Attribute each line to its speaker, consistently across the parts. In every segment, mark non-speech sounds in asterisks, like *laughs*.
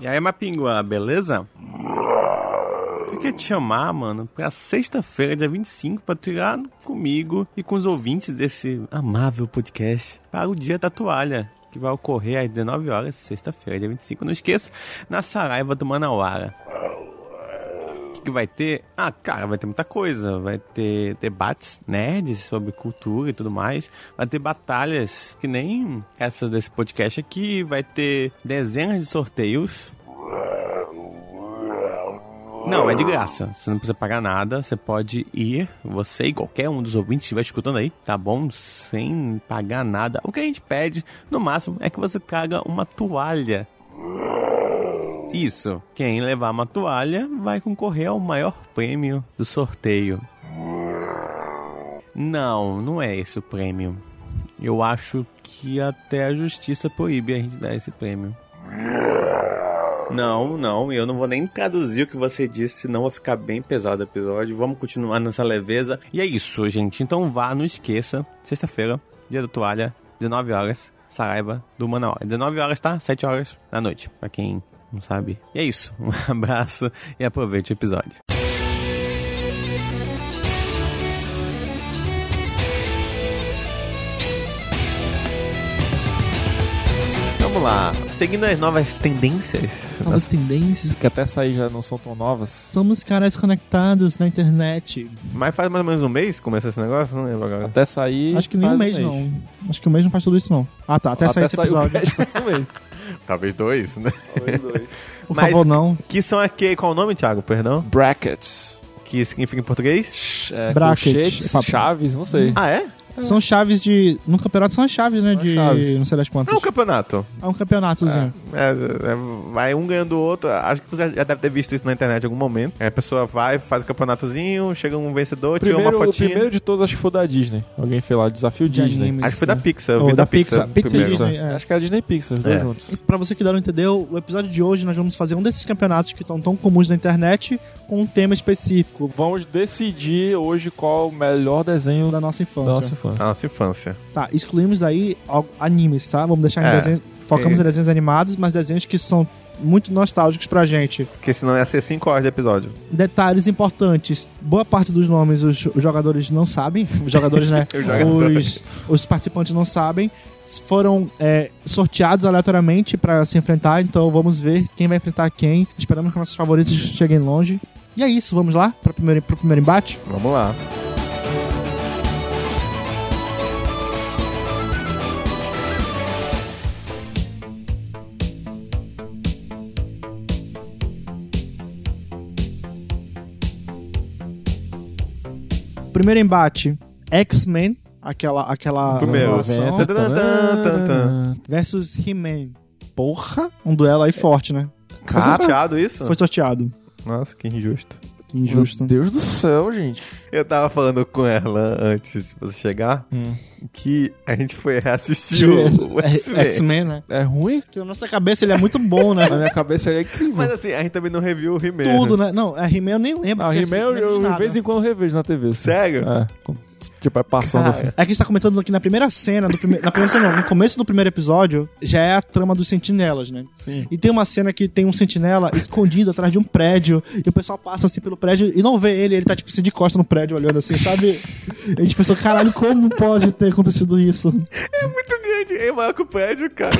Speaker 1: E aí, Mapingua, beleza? Eu queria te chamar, mano, pra sexta-feira, dia 25, pra tu ir lá comigo e com os ouvintes desse amável podcast para o Dia da Toalha, que vai ocorrer às 19 horas, sexta-feira, dia 25. Não esqueça, na Saraiva do Manauara. O que, que vai ter? Ah, cara, vai ter muita coisa. Vai ter debates nerds sobre cultura e tudo mais. Vai ter batalhas que nem essa desse podcast aqui. Vai ter dezenas de sorteios. Não, é de graça. Você não precisa pagar nada. Você pode ir, você e qualquer um dos ouvintes que estiver escutando aí, tá bom? Sem pagar nada. O que a gente pede, no máximo, é que você traga uma toalha. Isso. Quem levar uma toalha vai concorrer ao maior prêmio do sorteio. Não, não é esse o prêmio. Eu acho que até a justiça proíbe a gente dar esse prêmio. Não, não, eu não vou nem traduzir o que você disse, senão vai ficar bem pesado o episódio. Vamos continuar nessa leveza. E é isso, gente. Então vá, não esqueça. Sexta-feira, dia da toalha, 19 horas, Saraiva do Manaus. 19 horas, tá? 7 horas da noite, pra quem não sabe. E é isso. Um *laughs* abraço e aproveite o episódio. Vamos lá. Seguindo as novas tendências.
Speaker 2: Novas tendências.
Speaker 3: que até sair já não são tão novas.
Speaker 2: Somos caras conectados na internet.
Speaker 1: Mas faz mais ou menos um mês que começou esse negócio? Não lembro agora.
Speaker 3: Até sair.
Speaker 2: Acho que nem um
Speaker 3: faz
Speaker 2: mês, não. Acho que um mês não faz tudo isso, não. Ah, tá. Até, sair esse
Speaker 3: o
Speaker 2: episódio.
Speaker 3: patch faz um
Speaker 2: *laughs*
Speaker 3: mês.
Speaker 1: Ah, Talvez dois, né?
Speaker 2: Por
Speaker 1: Mas-
Speaker 2: favor, não.
Speaker 1: Que são aqui. Qual o nome, Thiago? Perdão?
Speaker 3: Brackets.
Speaker 1: Que significa em português?
Speaker 3: Ch- É,
Speaker 2: Brackets.
Speaker 3: colchetes,
Speaker 2: Papo.
Speaker 3: chaves, não sei.
Speaker 1: Ah, é?
Speaker 2: São chaves de. No campeonato são as chaves, né?
Speaker 3: São as
Speaker 2: De.
Speaker 3: chaves.
Speaker 2: Não sei das
Speaker 1: É
Speaker 2: quantas.
Speaker 1: um campeonato.
Speaker 2: É um campeonatozinho.
Speaker 1: É, é, vai um ganhando o outro. Acho que você já deve ter visto isso na internet em algum momento. É, a pessoa vai, faz o campeonatozinho, chega um vencedor, tira
Speaker 3: Primeiro,
Speaker 1: uma
Speaker 3: o
Speaker 1: fotinha.
Speaker 3: primeiro de todos acho que foi da Disney. Alguém fez lá, desafio
Speaker 2: De né?
Speaker 3: Disney.
Speaker 2: anime.
Speaker 1: Acho que foi da Pixar. Eu
Speaker 2: Ou
Speaker 1: vi
Speaker 2: da
Speaker 1: da Pixar.
Speaker 2: Pixar. Pixar e
Speaker 1: primeiro.
Speaker 3: Pixar.
Speaker 2: Disney, é.
Speaker 3: Acho que era Disney e Pixar, os dois
Speaker 1: É.
Speaker 3: juntos.
Speaker 2: Pra você que ainda não entendeu, o episódio de hoje nós vamos fazer um desses campeonatos que estão tão comuns na internet com um tema específico
Speaker 3: Vamos decidir hoje qual o melhor desenho da
Speaker 2: da nossa infância.
Speaker 3: nossa infância.
Speaker 1: É Nossa infância.
Speaker 2: Tá, excluímos daí al- animes, tá? Vamos deixar
Speaker 1: É.
Speaker 2: em desenho. Focamos
Speaker 1: E-
Speaker 2: em desenhos animados, mas desenhos que são muito nostálgicos pra gente.
Speaker 1: Porque senão ia ser 5 horas de episódio.
Speaker 2: Detalhes importantes. Boa parte dos nomes os os jogadores não sabem. *laughs* Os jogadores, né?
Speaker 1: *laughs* Os jogadores.
Speaker 2: Os, os participantes não sabem. Foram é, sorteados aleatoriamente pra se enfrentar, então vamos ver quem vai enfrentar quem. Esperamos que nossos favoritos cheguem longe. E é isso, vamos lá pra primeiro, pro primeiro embate?
Speaker 1: Vamos lá.
Speaker 2: Primeiro embate: X-Men, aquela, aquela
Speaker 1: Do meu.
Speaker 2: renovação,
Speaker 1: Tá, tá, tá, tá.
Speaker 2: versus He-Man.
Speaker 3: Porra!
Speaker 2: Um duelo aí forte, né?
Speaker 1: Foi
Speaker 3: Cara.
Speaker 1: sorteado isso?
Speaker 2: Foi sorteado.
Speaker 1: Nossa, que injusto.
Speaker 2: Que injusto.
Speaker 3: Meu Deus do céu, gente.
Speaker 1: Eu tava falando com ela antes de você chegar que a gente foi reassistir o, o
Speaker 2: Hum. É-
Speaker 1: X-Men.
Speaker 2: X-Men, né?
Speaker 3: É ruim?
Speaker 2: Porque na nossa cabeça ele é muito bom, *laughs* né?
Speaker 3: Na minha cabeça ele é incrível.
Speaker 1: Mas assim, a gente também não reviu o He-Man.
Speaker 2: Tudo,
Speaker 1: né?
Speaker 2: né? Não, é He-Man eu nem lembro.
Speaker 3: Ah,
Speaker 2: porque, assim,
Speaker 3: He-Man eu,
Speaker 2: não lembro de
Speaker 3: eu de
Speaker 2: nada.
Speaker 3: vez em quando revejo na TV. assim.
Speaker 1: Sério?
Speaker 3: É. com- Tipo, é passando
Speaker 1: Cara.
Speaker 3: assim.
Speaker 2: É que a gente tá comentando aqui na primeira cena, do prime... na primeira cena não, no começo do primeiro episódio, já é a trama dos sentinelas, né?
Speaker 3: Sim.
Speaker 2: E tem uma cena que tem um sentinela escondido atrás de um prédio, e o pessoal passa assim pelo prédio e não vê ele, ele tá tipo assim de costa no prédio olhando assim, sabe? E a gente pensou, caralho, como pode ter acontecido isso?
Speaker 1: Muito grande. É maior que o prédio, cara.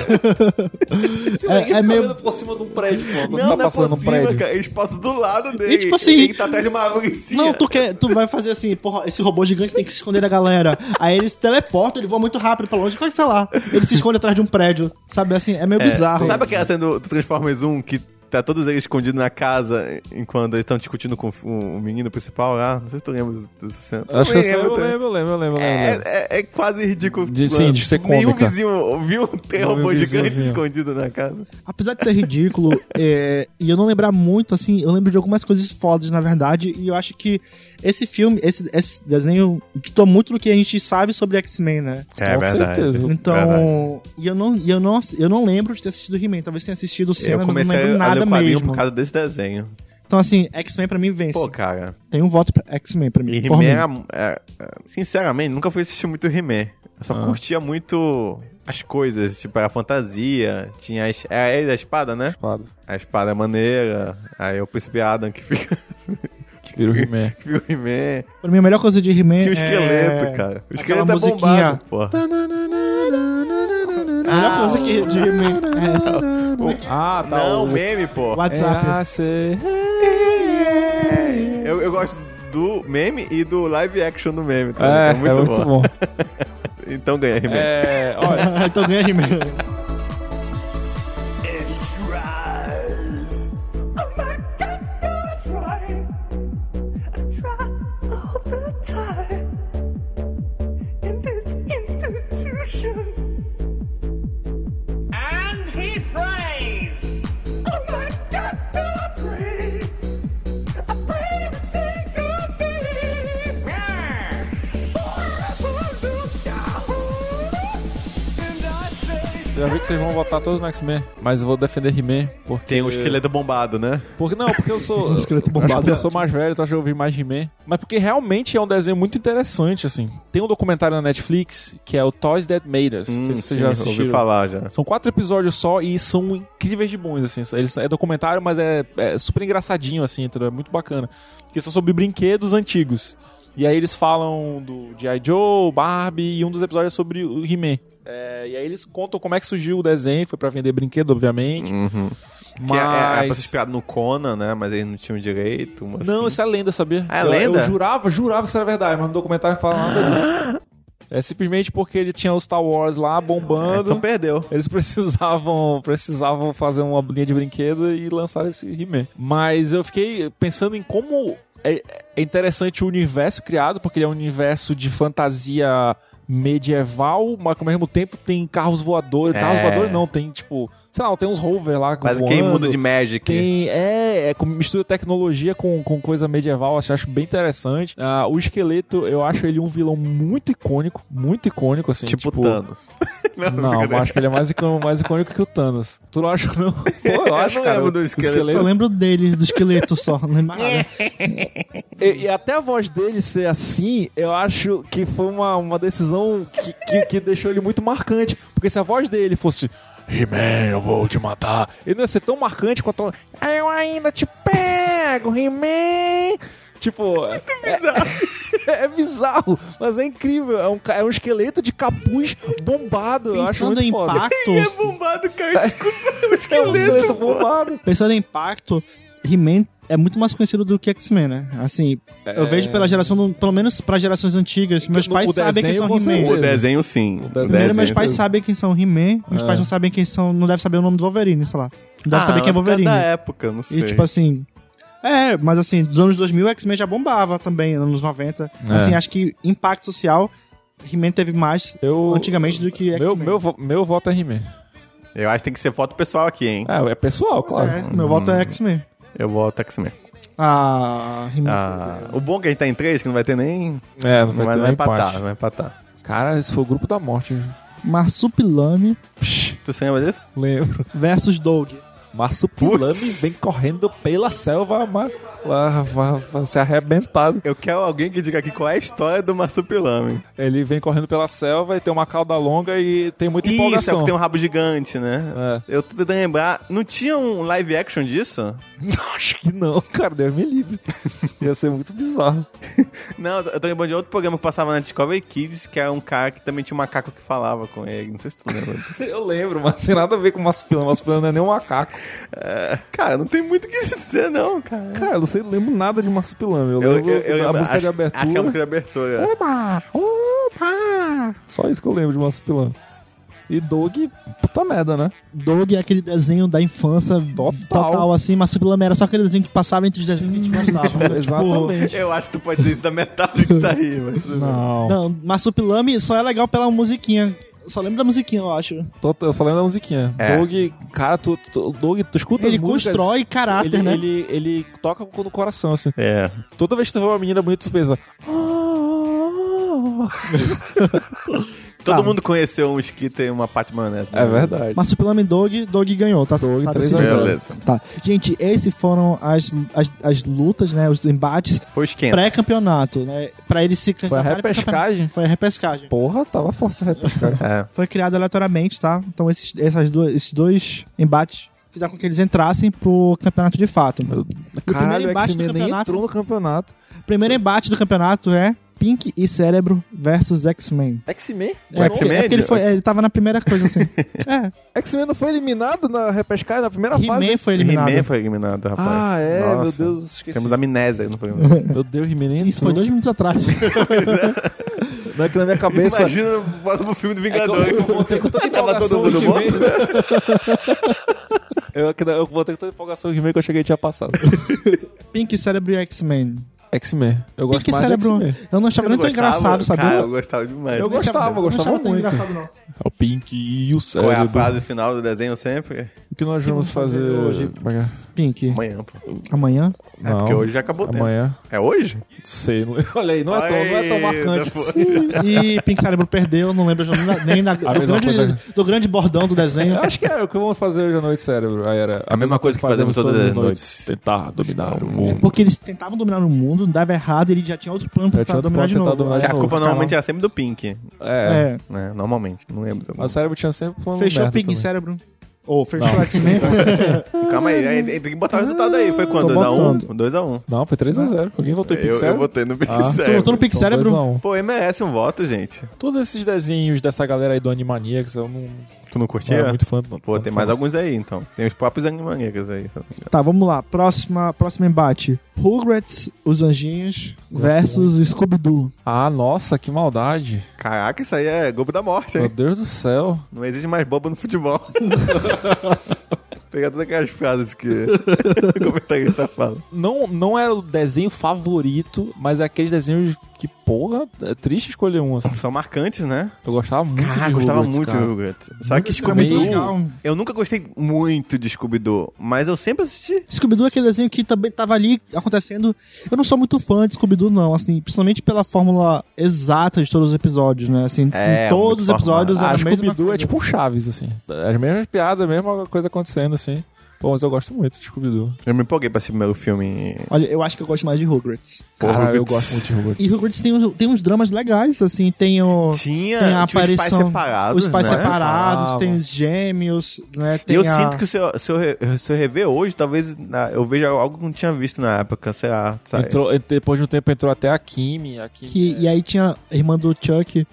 Speaker 2: É, é meio.
Speaker 3: por cima de um prédio, mano.
Speaker 1: Não,
Speaker 3: tá
Speaker 1: não é
Speaker 3: passando um
Speaker 1: possível,
Speaker 3: prédio.
Speaker 1: cara. Eles passam do lado dele.
Speaker 2: tipo assim-
Speaker 1: Ele tá atrás de uma arvorezinha.
Speaker 2: Não, tu, quer, tu vai fazer assim, porra, esse robô gigante tem que se esconder da galera. Aí ele se teleporta, ele voa muito rápido pra longe, quase sei lá. Ele se esconde atrás de um prédio, sabe? Assim, é meio bizarro.
Speaker 1: Sabe aquela cena do, do Transformers 1 que tá todos eles escondidos na casa enquanto eles estão discutindo com o o menino principal lá? Não sei se tu lembra dessa cena.
Speaker 3: Acho que
Speaker 1: Não
Speaker 3: eu lembro, eu
Speaker 1: tá?
Speaker 3: lembro, eu lembro, eu lembro.
Speaker 1: É,
Speaker 3: lembro.
Speaker 1: é- é quase ridículo.
Speaker 3: né? De-
Speaker 1: Tipo,
Speaker 3: sim, de ser
Speaker 1: Nenhum
Speaker 3: cômica.
Speaker 1: vizinho viu um ter
Speaker 3: Não,
Speaker 1: robô
Speaker 3: meu vizinho
Speaker 1: gigante
Speaker 3: viu.
Speaker 1: escondido na casa.
Speaker 2: Apesar de ser ridículo, é, e eu não lembrar muito, assim, eu lembro de algumas coisas fodas, na verdade, e eu acho que esse filme, esse, esse desenho, quitou muito do que a gente sabe sobre X-Men, né?
Speaker 1: É
Speaker 3: Com certeza.
Speaker 2: Então, e eu não, e eu, não, eu não lembro de ter assistido He-Man, talvez tenha assistido cena,
Speaker 1: Eu
Speaker 2: mas eu não
Speaker 1: comecei
Speaker 2: lembro
Speaker 1: a, a ler
Speaker 2: nada
Speaker 1: o quadrinho
Speaker 2: mesmo.
Speaker 1: por causa desse desenho.
Speaker 2: Então, assim, X-Men pra mim vence.
Speaker 1: Pô, cara.
Speaker 2: Tem um voto pra X-Men pra mim.
Speaker 1: E
Speaker 2: por
Speaker 1: He-Man
Speaker 2: mim.
Speaker 1: é, era- é, é, Sinceramente, nunca fui assistir muito He-Man. Eu só
Speaker 3: Ah.
Speaker 1: curtia muito as coisas, tipo, a fantasia, tinha as, é ele a espada, né?
Speaker 3: Espada.
Speaker 1: A espada é maneira, aí o príncipe Adam que fica, *laughs*
Speaker 3: Que vira o He-Man.
Speaker 1: que fica o He-Man,
Speaker 2: Pra mim, a melhor coisa de He-Man
Speaker 1: tinha o esqueleto,
Speaker 2: é...
Speaker 1: cara. O
Speaker 2: aquela
Speaker 1: esqueleto é
Speaker 2: musiquinha. Tá
Speaker 1: bombado, pô.
Speaker 2: A melhor coisa que de He-Man é essa.
Speaker 3: Ah, tá.
Speaker 1: Não,
Speaker 3: o
Speaker 1: meme, pô.
Speaker 2: WhatsApp.
Speaker 3: É, ah, sei.
Speaker 1: Eu, eu gosto do meme e do live action do meme, tá?
Speaker 3: É,
Speaker 1: É muito, bom.
Speaker 3: bom.
Speaker 1: Então ganha, He-Man.
Speaker 3: É,
Speaker 2: *laughs*
Speaker 3: olha,
Speaker 2: então ganha He-Man.
Speaker 4: And it tries. Oh my god, I try. I try all the time. In this institution. And he prays. Oh my god, I pray. I pray every single day. Forever you shall. And I say.
Speaker 3: já vi que vocês vão votar todos no X-Men, mas eu vou defender He-Man, porque...
Speaker 1: Tem o esqueleto bombado, né?
Speaker 3: Porque, não, porque
Speaker 1: *laughs*
Speaker 3: eu sou...
Speaker 2: Um
Speaker 1: é
Speaker 2: esqueleto bombado.
Speaker 3: acho que eu sou mais velho, então acho que eu ouvi mais He-Man. Mas porque realmente é um desenho muito interessante, assim. Tem um documentário na Netflix, que é o Toys That Made Us. não sei se vocês já
Speaker 1: Hum, ouvi
Speaker 3: assistiram.
Speaker 1: falar já.
Speaker 3: São quatro episódios só e são incríveis de bons, assim. Eles, é documentário, mas é, é super engraçadinho, assim, entendeu? É muito bacana. Porque são sobre brinquedos antigos. E aí eles falam do G.I. Joe, Barbie, e um dos episódios é sobre o He-Man. É, e aí eles contam como é que surgiu o desenho, foi pra vender brinquedo, obviamente.
Speaker 1: Que é, é, era pra ser
Speaker 3: Mas...
Speaker 1: inspirado no Conan, né? Mas eles não tinham direito. Mas...
Speaker 3: Não, isso é lenda, sabia?
Speaker 1: Assim. Ah, é
Speaker 3: Eu-
Speaker 1: lenda?
Speaker 3: Eu jurava, jurava que isso era verdade, mas no documentário não fala nada disso.
Speaker 1: *laughs*
Speaker 3: É simplesmente porque ele tinha o Star Wars lá bombando.
Speaker 1: Então perdeu.
Speaker 3: Eles precisavam, precisavam fazer uma linha de brinquedo e lançar esse He-Man. Mas eu fiquei pensando em como é, é interessante o universo criado, porque ele é um universo de fantasia medieval, mas que ao mesmo tempo tem carros voadores.
Speaker 1: É.
Speaker 3: Carros voadores não, tem tipo, sei lá, tem uns rover lá
Speaker 1: Mas
Speaker 3: voando.
Speaker 1: quem muda de Magic?
Speaker 3: Tem, é, é, com- mistura tecnologia com, com coisa medieval, acho, acho bem interessante. Ah, o esqueleto, eu acho ele um vilão muito icônico, muito icônico, assim.
Speaker 1: Tipo, Thanos. *laughs*
Speaker 3: Não, eu acho que ele é mais icônico, mais icônico que o Thanos. Tu não acha,
Speaker 1: *laughs*
Speaker 3: não? Pô, eu acho,
Speaker 1: não
Speaker 3: cara.
Speaker 1: lembro do
Speaker 3: o
Speaker 1: esqueleto.
Speaker 2: Eu lembro dele, do esqueleto só. Não lembro mais
Speaker 3: É,
Speaker 2: nada.
Speaker 3: E, e até a voz dele ser assim, eu acho que foi uma, uma decisão que, que, que deixou ele muito marcante. Porque se a voz dele fosse... He-Man, eu vou te matar. Ele não ia ser tão marcante quanto... "Ah, Eu ainda te pego, He-Man... Tipo, é, é bizarro, mas é incrível. É um, ca- é um esqueleto de capuz bombado. eu acho
Speaker 2: Pensando
Speaker 3: muito
Speaker 2: em
Speaker 3: foda.
Speaker 2: impacto, né?
Speaker 1: bombado, cara. Desculpa, o
Speaker 3: É um
Speaker 1: esqueleto.
Speaker 3: esqueleto bombado.
Speaker 2: pensando em impacto, He-Man é muito mais conhecido do que X-Men, né? Assim, eu vejo pela geração, do- pelo menos para geraçõs antigas, meus
Speaker 3: É. no-
Speaker 2: pais
Speaker 3: o
Speaker 2: sabem quem
Speaker 3: desenho
Speaker 2: são
Speaker 3: com
Speaker 2: He-Man.
Speaker 3: certeza.
Speaker 1: tipo, O desenho, sim. O
Speaker 3: desenho.
Speaker 2: Primeiro, meus
Speaker 1: desenho,
Speaker 2: pais
Speaker 1: sim.
Speaker 2: sabem quem são He-Man,
Speaker 3: É.
Speaker 2: meus pais não sabem quem são, não devem saber o nome do Wolverine, sei lá. Não deve
Speaker 1: Ah,
Speaker 2: saber quem é
Speaker 1: mas por causa
Speaker 2: Wolverine.
Speaker 1: da época, não sei.
Speaker 2: E tipo assim. É, mas assim, dos anos 2000, X-Men já bombava também, anos 90.
Speaker 3: É.
Speaker 2: Assim, acho que impacto social, He-Man teve mais
Speaker 3: Eu,
Speaker 2: antigamente né? do que
Speaker 3: meu,
Speaker 2: X-Men.
Speaker 3: meu, vo- meu voto é He-Man.
Speaker 1: Eu acho que tem que ser foto pessoal aqui, hein?
Speaker 3: É, é pessoal, claro.
Speaker 2: É, meu voto é X-Men.
Speaker 1: Eu volto X-Men. *laughs*
Speaker 2: Ah, He-Man.
Speaker 1: Ah, o bom é que a gente tá em três, que não vai ter nem...
Speaker 3: É,
Speaker 1: Não vai, não vai empatar, não vai empatar.
Speaker 3: Cara, esse foi o grupo da morte.
Speaker 2: Marsupilame
Speaker 1: Tu se lembra disso?
Speaker 3: Lembro.
Speaker 2: versus Doug.
Speaker 3: Marsupilame vem correndo pela selva, mas lá vai vai ser arrebentado.
Speaker 1: Eu quero alguém que diga aqui qual é a história do Marsupilame.
Speaker 3: Ele vem correndo pela selva e tem uma cauda longa e tem muita
Speaker 1: Isso, é
Speaker 3: empolgação. É.
Speaker 1: porque tem um rabo gigante, né? Eu tô tentando lembrar. Não tinha um live action disso?
Speaker 3: *laughs* Acho que não, cara, Deus
Speaker 1: *laughs*
Speaker 3: me livre. Ia ser muito bizarro.
Speaker 1: Não, eu tô- eu tô lembrando de outro programa que passava na Discovery Kids, que era um cara que também tinha um macaco que falava com ele. Não sei se tu lembra disso.
Speaker 3: Eu lembro, mas não tem nada a ver com marsupilame. Marsupilame não é nem um macaco.
Speaker 1: É, *laughs* cara, não tem muito o que dizer, não, cara.
Speaker 3: Cara, eu não sei, lembro nada de marsupilame. Eu, lembro a
Speaker 1: lembro-
Speaker 3: música
Speaker 1: acho,
Speaker 3: de abertura.
Speaker 1: Acho que é a música de *laughs* abertura.
Speaker 3: Opa! Opa! Só isso que eu lembro de Marsupilame. E Dog, puta merda, né?
Speaker 2: Doug é aquele desenho da infância total, assim, Marsupilame era só aquele desenho que passava entre os desenhos que a gente
Speaker 3: *laughs*
Speaker 2: gostava. Tipo,
Speaker 3: Exatamente.
Speaker 1: Eu acho que tu pode dizer isso da metade que tá aí, mas...
Speaker 3: Não.
Speaker 2: Não, Marsupilame só é legal pela musiquinha. Só lembro da musiquinha, eu acho.
Speaker 3: Tô- tô- eu só lembro da musiquinha.
Speaker 1: É.
Speaker 3: Dog, cara, tu, tu, Dog, tu escuta
Speaker 2: Ele
Speaker 3: as músicas...
Speaker 2: constrói caráter,
Speaker 3: ele,
Speaker 2: né?
Speaker 3: ele, ele toca com o coração, assim.
Speaker 1: É.
Speaker 3: Toda ah, vez que tu vê uma menina bonita, tu pensa... "Ah".
Speaker 1: Todo
Speaker 2: Tá.
Speaker 1: mundo conheceu um Skita e uma Pat Maionese. né?
Speaker 3: É verdade.
Speaker 2: Marsupilami Dog, Dog ganhou, tá?
Speaker 3: Dog,
Speaker 2: tá
Speaker 3: três a
Speaker 2: decidido.
Speaker 3: zero.
Speaker 1: Beleza.
Speaker 2: Tá. Gente, esses foram as, as, as lutas, né? Os embates
Speaker 1: Foi o esquenta.
Speaker 2: pré-campeonato, né? Pra eles se
Speaker 3: Foi a
Speaker 2: classificarem pro campeonato.
Speaker 3: repescagem.
Speaker 2: Foi a repescagem.
Speaker 3: Porra, tava forte
Speaker 2: *laughs*
Speaker 3: essa repescagem.
Speaker 1: É.
Speaker 2: Foi criado aleatoriamente, tá? Então esses, essas duas, esses dois embates fizeram com que eles entrassem pro campeonato de fato.
Speaker 3: Meu-
Speaker 2: O primeiro
Speaker 3: Caralho, o
Speaker 2: embate
Speaker 3: X-Men
Speaker 2: do
Speaker 3: nem
Speaker 2: campeonato-
Speaker 3: entrou no campeonato.
Speaker 2: O primeiro embate do campeonato é Pink e Cérebro versus X-Men.
Speaker 3: X-Men?
Speaker 2: É, porque-
Speaker 1: X-Men?
Speaker 2: é porque ele, foi, é, ele tava na primeira coisa
Speaker 3: *laughs*
Speaker 2: assim. é,
Speaker 3: X-Men não foi eliminado na repescagem, na primeira fase?
Speaker 2: He-Man foi eliminado.
Speaker 1: He-Man foi eliminado, rapaz.
Speaker 3: Ah, é,
Speaker 1: Nossa.
Speaker 3: meu Deus, esqueci.
Speaker 1: Temos amnésia no programa.
Speaker 3: Meu Deus, He-Man nem
Speaker 2: Sim, Isso foi
Speaker 3: entrou.
Speaker 2: dois minutos
Speaker 3: *laughs*
Speaker 2: atrás.
Speaker 3: Não é que na minha *laughs* cabeça... É
Speaker 1: Imagina o próximo filme do Vingador.
Speaker 3: eu vou ter com
Speaker 1: *laughs*
Speaker 3: toda
Speaker 1: Tava todo
Speaker 3: empolgação
Speaker 1: mundo
Speaker 3: o
Speaker 1: morto?
Speaker 3: He-Man. *laughs* Eu, que- eu vou ter com toda empolgação o He-Man que eu cheguei e tinha passado.
Speaker 2: Pink, Cérebro e X-Men.
Speaker 3: X-Men. Eu gosto
Speaker 2: Pink,
Speaker 3: mais
Speaker 2: Cérebro.
Speaker 3: de X-Men.
Speaker 2: Eu não achava nem tão engraçado, sabia?
Speaker 1: Cara, eu gostava demais.
Speaker 3: Eu gostava, eu
Speaker 2: Eu não
Speaker 3: gostava
Speaker 2: achava tão
Speaker 3: muito.
Speaker 2: engraçado, não.
Speaker 3: É o Pink e o
Speaker 1: Qual é a
Speaker 3: cérebro.
Speaker 1: fase final do desenho sempre?
Speaker 3: O que nós vamos
Speaker 2: fazer
Speaker 3: fazer
Speaker 2: hoje?
Speaker 3: hoje?
Speaker 2: Pink,
Speaker 1: Amanhã, pô.
Speaker 2: amanhã?
Speaker 1: É porque hoje já acabou o tempo.
Speaker 3: Amanhã.
Speaker 1: É hoje?
Speaker 3: Sei. não- *laughs* Olha aí, não é tão, não é tão
Speaker 1: Aí,
Speaker 3: marcante.
Speaker 1: depois-
Speaker 3: assim.
Speaker 2: E Pink Cérebro perdeu, não lembro nem
Speaker 3: *laughs*
Speaker 2: na, do,
Speaker 3: mesma coisa.
Speaker 2: grande, do grande bordão do desenho.
Speaker 3: Eu acho que era o que vamos fazer hoje à noite, cérebro. Aí era
Speaker 1: É A mesma coisa que fazemos todas as noites.
Speaker 3: Tentar dominar o mundo.
Speaker 2: Porque eles tentavam dominar o mundo, dava errado, ele já tinha outro plano pra
Speaker 3: Já tinha
Speaker 2: tentar
Speaker 3: outro
Speaker 2: dominar de
Speaker 3: plano pra
Speaker 2: novo.
Speaker 3: tentar dominar
Speaker 1: É, A
Speaker 3: de
Speaker 1: culpa
Speaker 2: Ficaram-
Speaker 1: normalmente era sempre do Pink,
Speaker 3: É.
Speaker 2: É,
Speaker 1: né? Normalmente. Não lembro.
Speaker 3: Mas o cérebro tinha sempre um
Speaker 2: fechou
Speaker 3: merda
Speaker 2: o Pink
Speaker 3: também.
Speaker 2: Cérebro. Ou fechou o X-Men.
Speaker 3: *laughs*
Speaker 1: Calma aí, aí tem que botar o resultado aí. Foi quando?
Speaker 2: Tô
Speaker 1: 2x1?
Speaker 2: botando.
Speaker 1: 2x1.
Speaker 3: Não, foi 3x0. Alguém votou em Pink
Speaker 1: Eu, eu
Speaker 3: Cérebro?
Speaker 1: botei no Pink
Speaker 3: Ah, tu
Speaker 2: Tu
Speaker 1: Cérebro.
Speaker 2: botou no Pink
Speaker 3: Então, dois
Speaker 2: Cérebro?
Speaker 3: a um.
Speaker 1: Pô, ele merece um voto, gente.
Speaker 3: Todos esses desenhos dessa galera aí do Animaniacs, eu não,
Speaker 1: Tu não
Speaker 3: não
Speaker 1: curtia?
Speaker 3: era muito fã. Não,
Speaker 1: Pô,
Speaker 3: tanto
Speaker 1: tem
Speaker 3: fã.
Speaker 1: mais alguns aí, então. Tem os próprios Animaniacs aí. se eu não me engano.
Speaker 2: Tá, vamos lá. Próxima, próximo embate. Rugrats, os anjinhos, versus Scooby-Doo.
Speaker 3: Ah, nossa, que maldade.
Speaker 1: Caraca, isso aí é Globo da Morte,
Speaker 3: Meu
Speaker 1: hein?
Speaker 3: Deus do céu.
Speaker 1: Não existe mais bobo no futebol.
Speaker 2: *laughs*
Speaker 1: Pegar todas aquelas frases
Speaker 2: *laughs*
Speaker 1: que o comentarista tá fala.
Speaker 3: não, não era o desenho favorito, mas é aqueles desenhos que, porra, é triste escolher um, assim.
Speaker 1: São marcantes, né?
Speaker 3: Eu gostava muito
Speaker 1: Cara,
Speaker 3: de
Speaker 1: gostava
Speaker 3: Rugrats,
Speaker 1: muito
Speaker 3: cara.
Speaker 1: de Rugrats. Só que
Speaker 3: Muito
Speaker 2: Era muito
Speaker 3: Scooby-Doo.
Speaker 1: Scooby-Doo...
Speaker 2: legal.
Speaker 1: Eu nunca gostei muito de Scooby-Doo, mas eu sempre assisti.
Speaker 2: Scooby-Doo é aquele desenho que também tava ali acontecendo. Eu não sou muito fã de Scooby-Doo, não, assim, principalmente pela fórmula exata de todos os episódios, né? Assim,
Speaker 1: É,
Speaker 2: em todos os
Speaker 1: muito
Speaker 2: episódios
Speaker 3: Ah,
Speaker 2: era a mesma
Speaker 3: Scooby-Doo
Speaker 2: coisa.
Speaker 3: é tipo um Chaves, assim. As mesmas piadas, a mesma coisa acontecendo, assim. Pô, mas eu gosto muito de Scooby-Doo.
Speaker 1: Eu me empolguei pra esse primeiro filme.
Speaker 2: Olha, eu acho que eu gosto mais de Rugrats.
Speaker 1: Pô,
Speaker 3: Cara, eu
Speaker 1: Rugrats.
Speaker 3: gosto muito de
Speaker 2: E
Speaker 3: Rugrats.
Speaker 2: Rugrats tem uns, tem uns dramas legais, assim, tem o...
Speaker 1: Tinha,
Speaker 2: Tem
Speaker 1: tinha
Speaker 2: a
Speaker 1: os pais
Speaker 2: aparição-
Speaker 1: separados,
Speaker 2: Os pais
Speaker 1: né?
Speaker 2: separados,
Speaker 3: Ah,
Speaker 2: tem
Speaker 3: bom.
Speaker 2: os gêmeos, né?
Speaker 1: E
Speaker 2: Tem
Speaker 1: eu
Speaker 2: a-
Speaker 1: sinto que se eu, se, eu, re- se eu rever hoje, talvez na- eu veja algo que não tinha visto na época, sei lá. Sabe?
Speaker 3: Entrou, depois de um tempo entrou até a Kimi. A Kimi é
Speaker 2: que- e aí tinha a irmã do Chuck.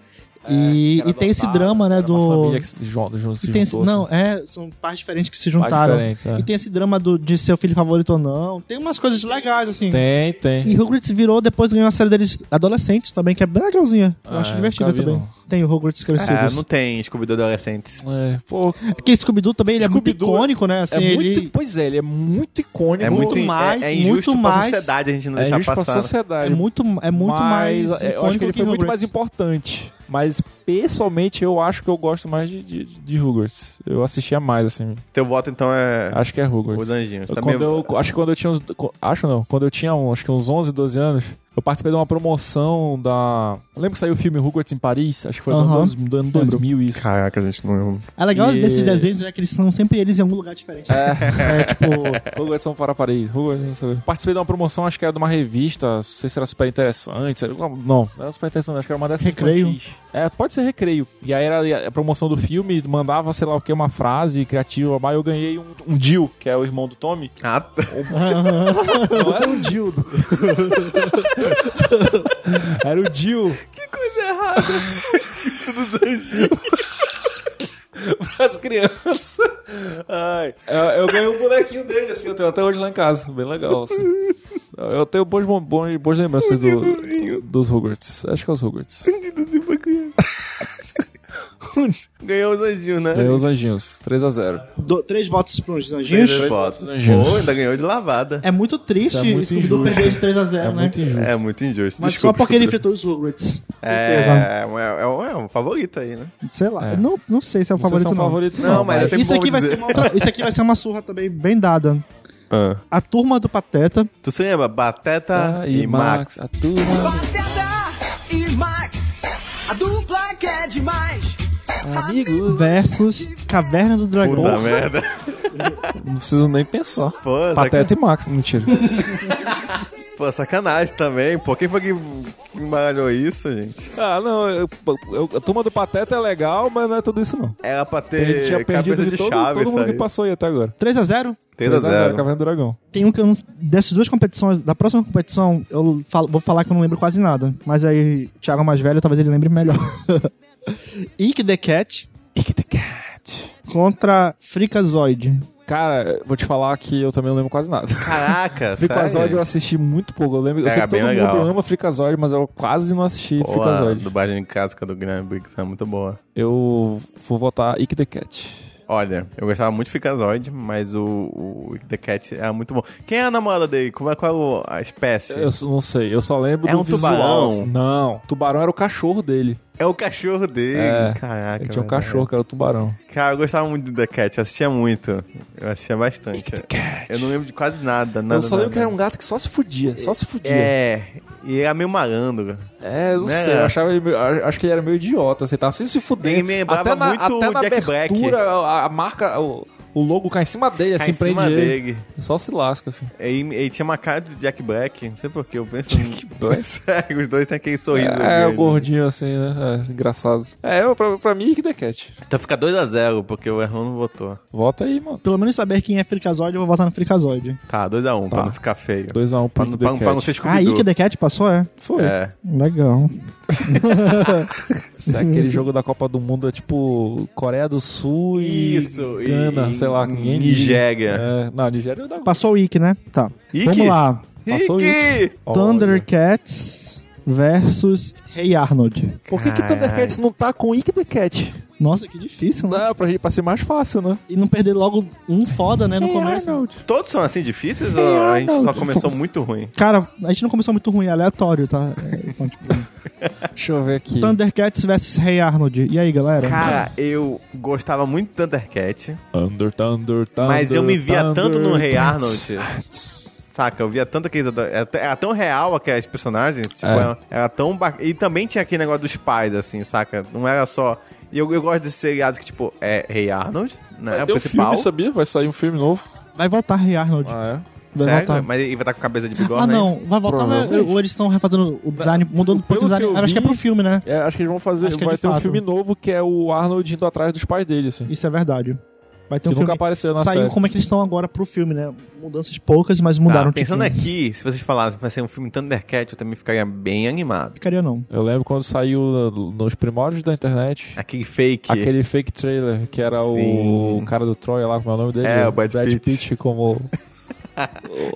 Speaker 2: e, e tem esse drama, né? Do.
Speaker 3: Família que se jun- jun- se
Speaker 2: e tem esse-
Speaker 3: juntou,
Speaker 2: não,
Speaker 3: assim.
Speaker 2: é, são pais diferentes que se
Speaker 3: Pais
Speaker 2: juntaram.
Speaker 3: diferentes, é.
Speaker 2: E tem esse drama do, de seu filho favorito ou não. Tem umas coisas legais, assim.
Speaker 3: Tem,
Speaker 2: E
Speaker 3: tem.
Speaker 2: Rugrats virou, depois ganhou a série deles adolescentes também, que é bem legalzinha. Eu
Speaker 3: Ah,
Speaker 2: acho
Speaker 3: eu
Speaker 2: divertida
Speaker 3: nunca vi,
Speaker 2: também. Tem o Rugrats crescidos.
Speaker 1: É, não tem Scooby-Doo adolescentes.
Speaker 3: É, pô,
Speaker 2: Porque Scooby-Doo também ele é muito
Speaker 3: Scooby-Doo
Speaker 2: icônico, né? Assim,
Speaker 3: é muito,
Speaker 2: ele
Speaker 3: pois é, ele é muito icônico.
Speaker 1: É muito,
Speaker 2: mais,
Speaker 1: é, é injusto
Speaker 2: muito
Speaker 1: pra
Speaker 2: mais.
Speaker 1: sociedade a gente não
Speaker 3: é
Speaker 1: deixar
Speaker 3: justo pra
Speaker 1: passar. né?
Speaker 2: é
Speaker 3: sociedade.
Speaker 2: muito, é muito
Speaker 3: Mas,
Speaker 2: mais.
Speaker 3: é, Eu acho que ele foi muito mais
Speaker 2: importante.
Speaker 3: importante. Mas pessoalmente eu acho que eu gosto mais de, de, de Hogwarts. Eu assistia mais, assim.
Speaker 1: Teu voto, então, é
Speaker 3: Acho que é
Speaker 1: os
Speaker 3: Hogwarts.
Speaker 1: anjinhos. Tá
Speaker 3: Eu-
Speaker 1: Também é-
Speaker 3: quando eu, acho que quando eu tinha uns. co- Acho não. Quando eu tinha um, acho que uns 11, 12 anos, eu participei de uma promoção da. Lembra que saiu o filme Hogwarts em Paris? Acho que foi
Speaker 2: Aham.
Speaker 3: do ano, do ano 2000 isso.
Speaker 1: Caraca, a gente
Speaker 3: *laughs*
Speaker 1: não...
Speaker 2: É legal
Speaker 3: E-
Speaker 2: desses desenhos é que eles são sempre eles em algum lugar diferente. É,
Speaker 3: *laughs*
Speaker 2: tipo.
Speaker 3: Hogwarts vão para Paris. Hogwarts, não sei. o quê. Participei de uma promoção, acho que era de uma revista, não sei se era super interessante. sei lá. Não, não era super interessante, acho que era uma dessas.
Speaker 2: Recreio?
Speaker 3: infantis. É, pode ser recreio. E aí era a promoção do filme, mandava, sei lá o que, uma frase criativa, mas eu ganhei um, um Jill, que é o irmão do Tommy.
Speaker 1: Ah, tá.
Speaker 3: Não era *laughs* um Dildo. era o Jill.
Speaker 1: que coisa
Speaker 3: *laughs*
Speaker 1: errada.
Speaker 3: As crianças. Ai, eu, eu ganhei um bonequinho dele, assim, eu tenho até hoje lá em casa. Bem legal, assim. Eu tenho boas, bom- bom- boas
Speaker 1: Um
Speaker 3: lembranças do- dos Hogwarts. Acho que é os Hogwarts.
Speaker 1: Ganhou os anjinhos, né?
Speaker 3: Ganhei os anjinhos. 3x0.
Speaker 2: do- três votos pros
Speaker 1: Três
Speaker 2: anjinhos.
Speaker 1: votos.
Speaker 3: anjinhos.
Speaker 1: Pô, ainda ganhou de lavada.
Speaker 2: É muito triste
Speaker 3: Isso é muito
Speaker 2: Scooby-Doo
Speaker 3: injusto.
Speaker 2: perder de 3x0,
Speaker 3: É
Speaker 2: né?
Speaker 3: muito injusto.
Speaker 1: É muito injusto.
Speaker 2: Mas
Speaker 1: Desculpa,
Speaker 2: só porque ele
Speaker 1: Scooby-Doo.
Speaker 2: enfrentou os Rugrats. Certeza.
Speaker 3: né?
Speaker 1: É, é, um- é, um- é um favorito aí, né?
Speaker 2: Sei lá.
Speaker 3: É.
Speaker 2: eu Não, não sei se é o
Speaker 3: Não sei
Speaker 2: favorito
Speaker 3: se é um
Speaker 2: ou não.
Speaker 3: favorito,
Speaker 1: Não,
Speaker 3: não.
Speaker 1: mas- É sempre
Speaker 2: Isso aqui,
Speaker 1: bom
Speaker 2: vai
Speaker 1: dizer.
Speaker 2: ser uma outra- isso aqui vai ser uma surra também bem dada.
Speaker 1: tá.
Speaker 2: A turma do Pateta
Speaker 1: Tu se lembra? Bateta
Speaker 3: Tá,
Speaker 1: e, Max.
Speaker 3: a turma.
Speaker 4: Pateta e Max, a dupla que é demais.
Speaker 3: Amigo.
Speaker 2: versus Caverna do Dragão.
Speaker 1: Puta merda. *laughs*
Speaker 3: Não preciso nem pensar.
Speaker 1: Pô, saca...
Speaker 3: Pateta e Max, mentira.
Speaker 1: Pô, sacanagem também. Pô, quem foi que que embaralhou isso, gente?
Speaker 3: ah, não, eu- eu- a turma do Pateta é legal, mas não é tudo isso, não.
Speaker 1: Era pra ter
Speaker 3: Ele tinha perdido
Speaker 1: cabeça
Speaker 3: de,
Speaker 1: de,
Speaker 3: todos,
Speaker 1: chave,
Speaker 3: todo mundo
Speaker 1: isso aí.
Speaker 3: que passou aí até agora.
Speaker 2: 3 a 0
Speaker 1: 3 a
Speaker 3: 3x0,
Speaker 1: 0.
Speaker 3: Caverna do Dragão.
Speaker 2: Tem um que eu não. Dessas duas competições, da próxima competição, eu falo- vou falar que eu não lembro quase nada. Mas aí, o Thiago é mais velho, talvez ele lembre melhor. *laughs* Ink the Cat
Speaker 3: Ick the Cat.
Speaker 2: contra Freakazoid.
Speaker 3: Cara, vou te falar que eu também não lembro quase
Speaker 1: *laughs*
Speaker 3: nada.
Speaker 1: Caraca,
Speaker 3: Fricazoid eu
Speaker 1: sério?
Speaker 3: assisti muito pouco. Eu lembro. eu
Speaker 1: Era
Speaker 3: sei que todo
Speaker 1: bem
Speaker 3: mundo
Speaker 1: legal.
Speaker 3: ama Fricazoid, mas eu quase não assisti
Speaker 1: Pô, Tipo, a
Speaker 3: Fricazoid.
Speaker 1: dublagem clássica do Graham Briggs é muito boa.
Speaker 3: Eu vou votar Ick the Cat.
Speaker 1: Olha, eu gostava muito de Ficazoid, mas o, o Ick The Cat era muito bom. Quem é a namorada dele? Como é, qual é o- a espécie?
Speaker 3: Eu s- não sei, eu só lembro
Speaker 1: É
Speaker 3: do
Speaker 1: um
Speaker 3: visual.
Speaker 1: tubarão?
Speaker 3: assim. Não, tubarão era o cachorro dele.
Speaker 1: É o cachorro dele.
Speaker 3: É,
Speaker 1: Caraca.
Speaker 3: Ele tinha um
Speaker 1: velho.
Speaker 3: cachorro que era o tubarão.
Speaker 1: Cara, eu gostava muito do The Cat, eu assistia muito. Eu assistia bastante. é. Eu não lembro de quase nada, nada.
Speaker 3: eu só lembro
Speaker 1: nada.
Speaker 3: que era um gato que só se fudia, só se fudia.
Speaker 1: É, e era meio malandro.
Speaker 3: É, eu não
Speaker 1: Né?
Speaker 3: sei. Eu achava ele meio- a- acho que ele era meio idiota, assim, tava sempre se
Speaker 1: Ele
Speaker 3: fudendo.
Speaker 1: me lembrava
Speaker 3: até na,
Speaker 1: muito
Speaker 3: até
Speaker 1: o
Speaker 3: na
Speaker 1: Jack Black.
Speaker 3: abertura, a, a marca, o, o logo cai em cima dele,
Speaker 1: Cai
Speaker 3: assim,
Speaker 1: em cima
Speaker 3: prende ele.
Speaker 1: dele.
Speaker 3: Só se
Speaker 1: *laughs*
Speaker 3: lasca, assim.
Speaker 1: Ele, ele tinha uma cara de Jack Black, não sei porquê, eu penso...
Speaker 3: Jack Black.
Speaker 1: Sério, *laughs* os dois têm aquele sorriso.
Speaker 3: É, o
Speaker 1: grande.
Speaker 3: gordinho assim, né? É, engraçado. É, eu, pra, pra mim, que The Cat.
Speaker 1: Então fica 2x0, porque o Erlon não votou.
Speaker 3: Volta aí, mano.
Speaker 2: Pelo menos saber quem é Freakazoid, eu vou votar no Freakazoid.
Speaker 1: Tá, 2x1, um, pra
Speaker 3: Tá.
Speaker 1: não ficar feio.
Speaker 3: 2x1 um, pro
Speaker 1: Pra não,
Speaker 3: Ike
Speaker 1: pra,
Speaker 3: The
Speaker 1: não- pra não
Speaker 3: Cat.
Speaker 1: ser
Speaker 2: Ah,
Speaker 1: Scooby-Doo.
Speaker 2: Ike the Cat passou, é?
Speaker 3: Foi.
Speaker 1: É.
Speaker 2: Legal.
Speaker 3: Isso é aquele jogo da Copa do Mundo, é tipo Coreia do Sul e
Speaker 1: Isso, e-
Speaker 3: Gana,
Speaker 1: e-
Speaker 3: sei lá,
Speaker 1: e
Speaker 3: ninguém
Speaker 1: Nigéria.
Speaker 3: liga. É, não, Nigéria eu dava.
Speaker 2: Passou o Ike, né? Tá.
Speaker 1: Ike?
Speaker 2: Vamos lá.
Speaker 3: Passou
Speaker 1: Ike!
Speaker 2: Thundercats versus Rei Arnold.
Speaker 3: Por que, que
Speaker 1: Caralho.
Speaker 3: Thundercats não tá com Ike the Cat?
Speaker 2: Nossa, que difícil, né?
Speaker 3: Não, pra, gente- pra ser mais fácil, né?
Speaker 2: E não perder logo um foda, né, no começo.
Speaker 1: Todos são assim difíceis ou a gente só
Speaker 3: Arnold.
Speaker 1: começou muito ruim?
Speaker 2: Cara, a gente não começou muito ruim, é aleatório, tá? É, então,
Speaker 3: *laughs*
Speaker 2: tipo,
Speaker 3: Deixa eu ver aqui.
Speaker 2: Thundercats versus Rei Arnold. E aí, galera?
Speaker 1: Cara, eu gostava muito do Thundercat,
Speaker 3: Thunder, Thunder, Thunder.
Speaker 1: mas eu me via tanto no Rei
Speaker 3: Thundercats.
Speaker 1: Arnold. Saca, eu via tanto que eles ador- era, t- era tão real aqueles personagens, tipo,
Speaker 3: É.
Speaker 1: era, era tão bacana. E também tinha aquele negócio dos pais, assim, saca? Não era só. E eu, eu gosto desse seriado que, tipo, é Rei Arnold, né? É o
Speaker 3: Deu
Speaker 1: principal.
Speaker 3: um filme, sabia? Vai sair um filme novo.
Speaker 2: Vai voltar Rei Arnold.
Speaker 3: Ah, é?
Speaker 2: vai
Speaker 1: Sério?
Speaker 2: voltar.
Speaker 1: Mas ele vai estar com cabeça de
Speaker 2: Ah,
Speaker 1: bigorna né? aí?
Speaker 2: não. Vai voltar, mas,
Speaker 3: Provavelmente.
Speaker 2: ou eles estão refazendo o design, mudando um pouco o
Speaker 3: Pelo que
Speaker 2: design.
Speaker 3: eu
Speaker 2: Eu acho que é
Speaker 3: vi-
Speaker 2: pro filme, né?
Speaker 3: É, acho que eles vão fazer.
Speaker 2: Acho que é
Speaker 3: vai
Speaker 2: de
Speaker 3: ter um
Speaker 2: fato.
Speaker 3: filme novo que é o Arnold indo atrás dos pais dele, assim.
Speaker 2: Isso é verdade. Vai ter
Speaker 3: Que
Speaker 2: um
Speaker 3: nunca
Speaker 2: filme.
Speaker 3: apareceu na
Speaker 2: Saiu
Speaker 3: série.
Speaker 2: como é que eles estão agora pro filme, né? Mudanças poucas, mas mudaram tipo,
Speaker 1: Tá, pensando
Speaker 2: de filme.
Speaker 1: aqui, se vocês falassem que vai ser um filme Thundercat, eu também ficaria bem animado.
Speaker 2: Ficaria não.
Speaker 3: Eu lembro quando saiu no- nos primórdios da internet.
Speaker 1: Aquele fake.
Speaker 3: Aquele fake trailer que era
Speaker 1: Sim.
Speaker 3: o cara do Troy lá, como é o nome dele?
Speaker 1: É, o Brad Pitt. *laughs*
Speaker 3: como.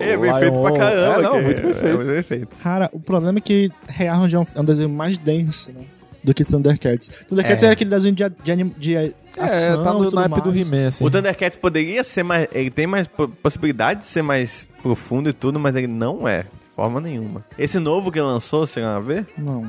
Speaker 1: É,
Speaker 3: o
Speaker 1: bem feito
Speaker 3: Lion
Speaker 1: pra
Speaker 3: Man.
Speaker 1: caramba.
Speaker 3: É, não,
Speaker 1: aquele-
Speaker 3: muito bem
Speaker 1: É,
Speaker 3: feito.
Speaker 1: muito bem feito.
Speaker 2: Cara, o problema é que Rei Arnold é um, é um desenho mais denso, né? Do que Thundercats. Thundercats
Speaker 1: É.
Speaker 2: era aquele desenho de, a- de, anim- de a-
Speaker 3: É,
Speaker 2: ação
Speaker 3: tá
Speaker 2: e
Speaker 3: no
Speaker 2: tudo
Speaker 3: naipe do
Speaker 2: mais.
Speaker 3: He-Man, assim.
Speaker 1: O Thundercat poderia ser mais. Ele tem mais po- possibilidade de ser mais profundo e tudo, mas ele não é. De forma nenhuma. Esse novo que lançou, você a ver?
Speaker 2: Não.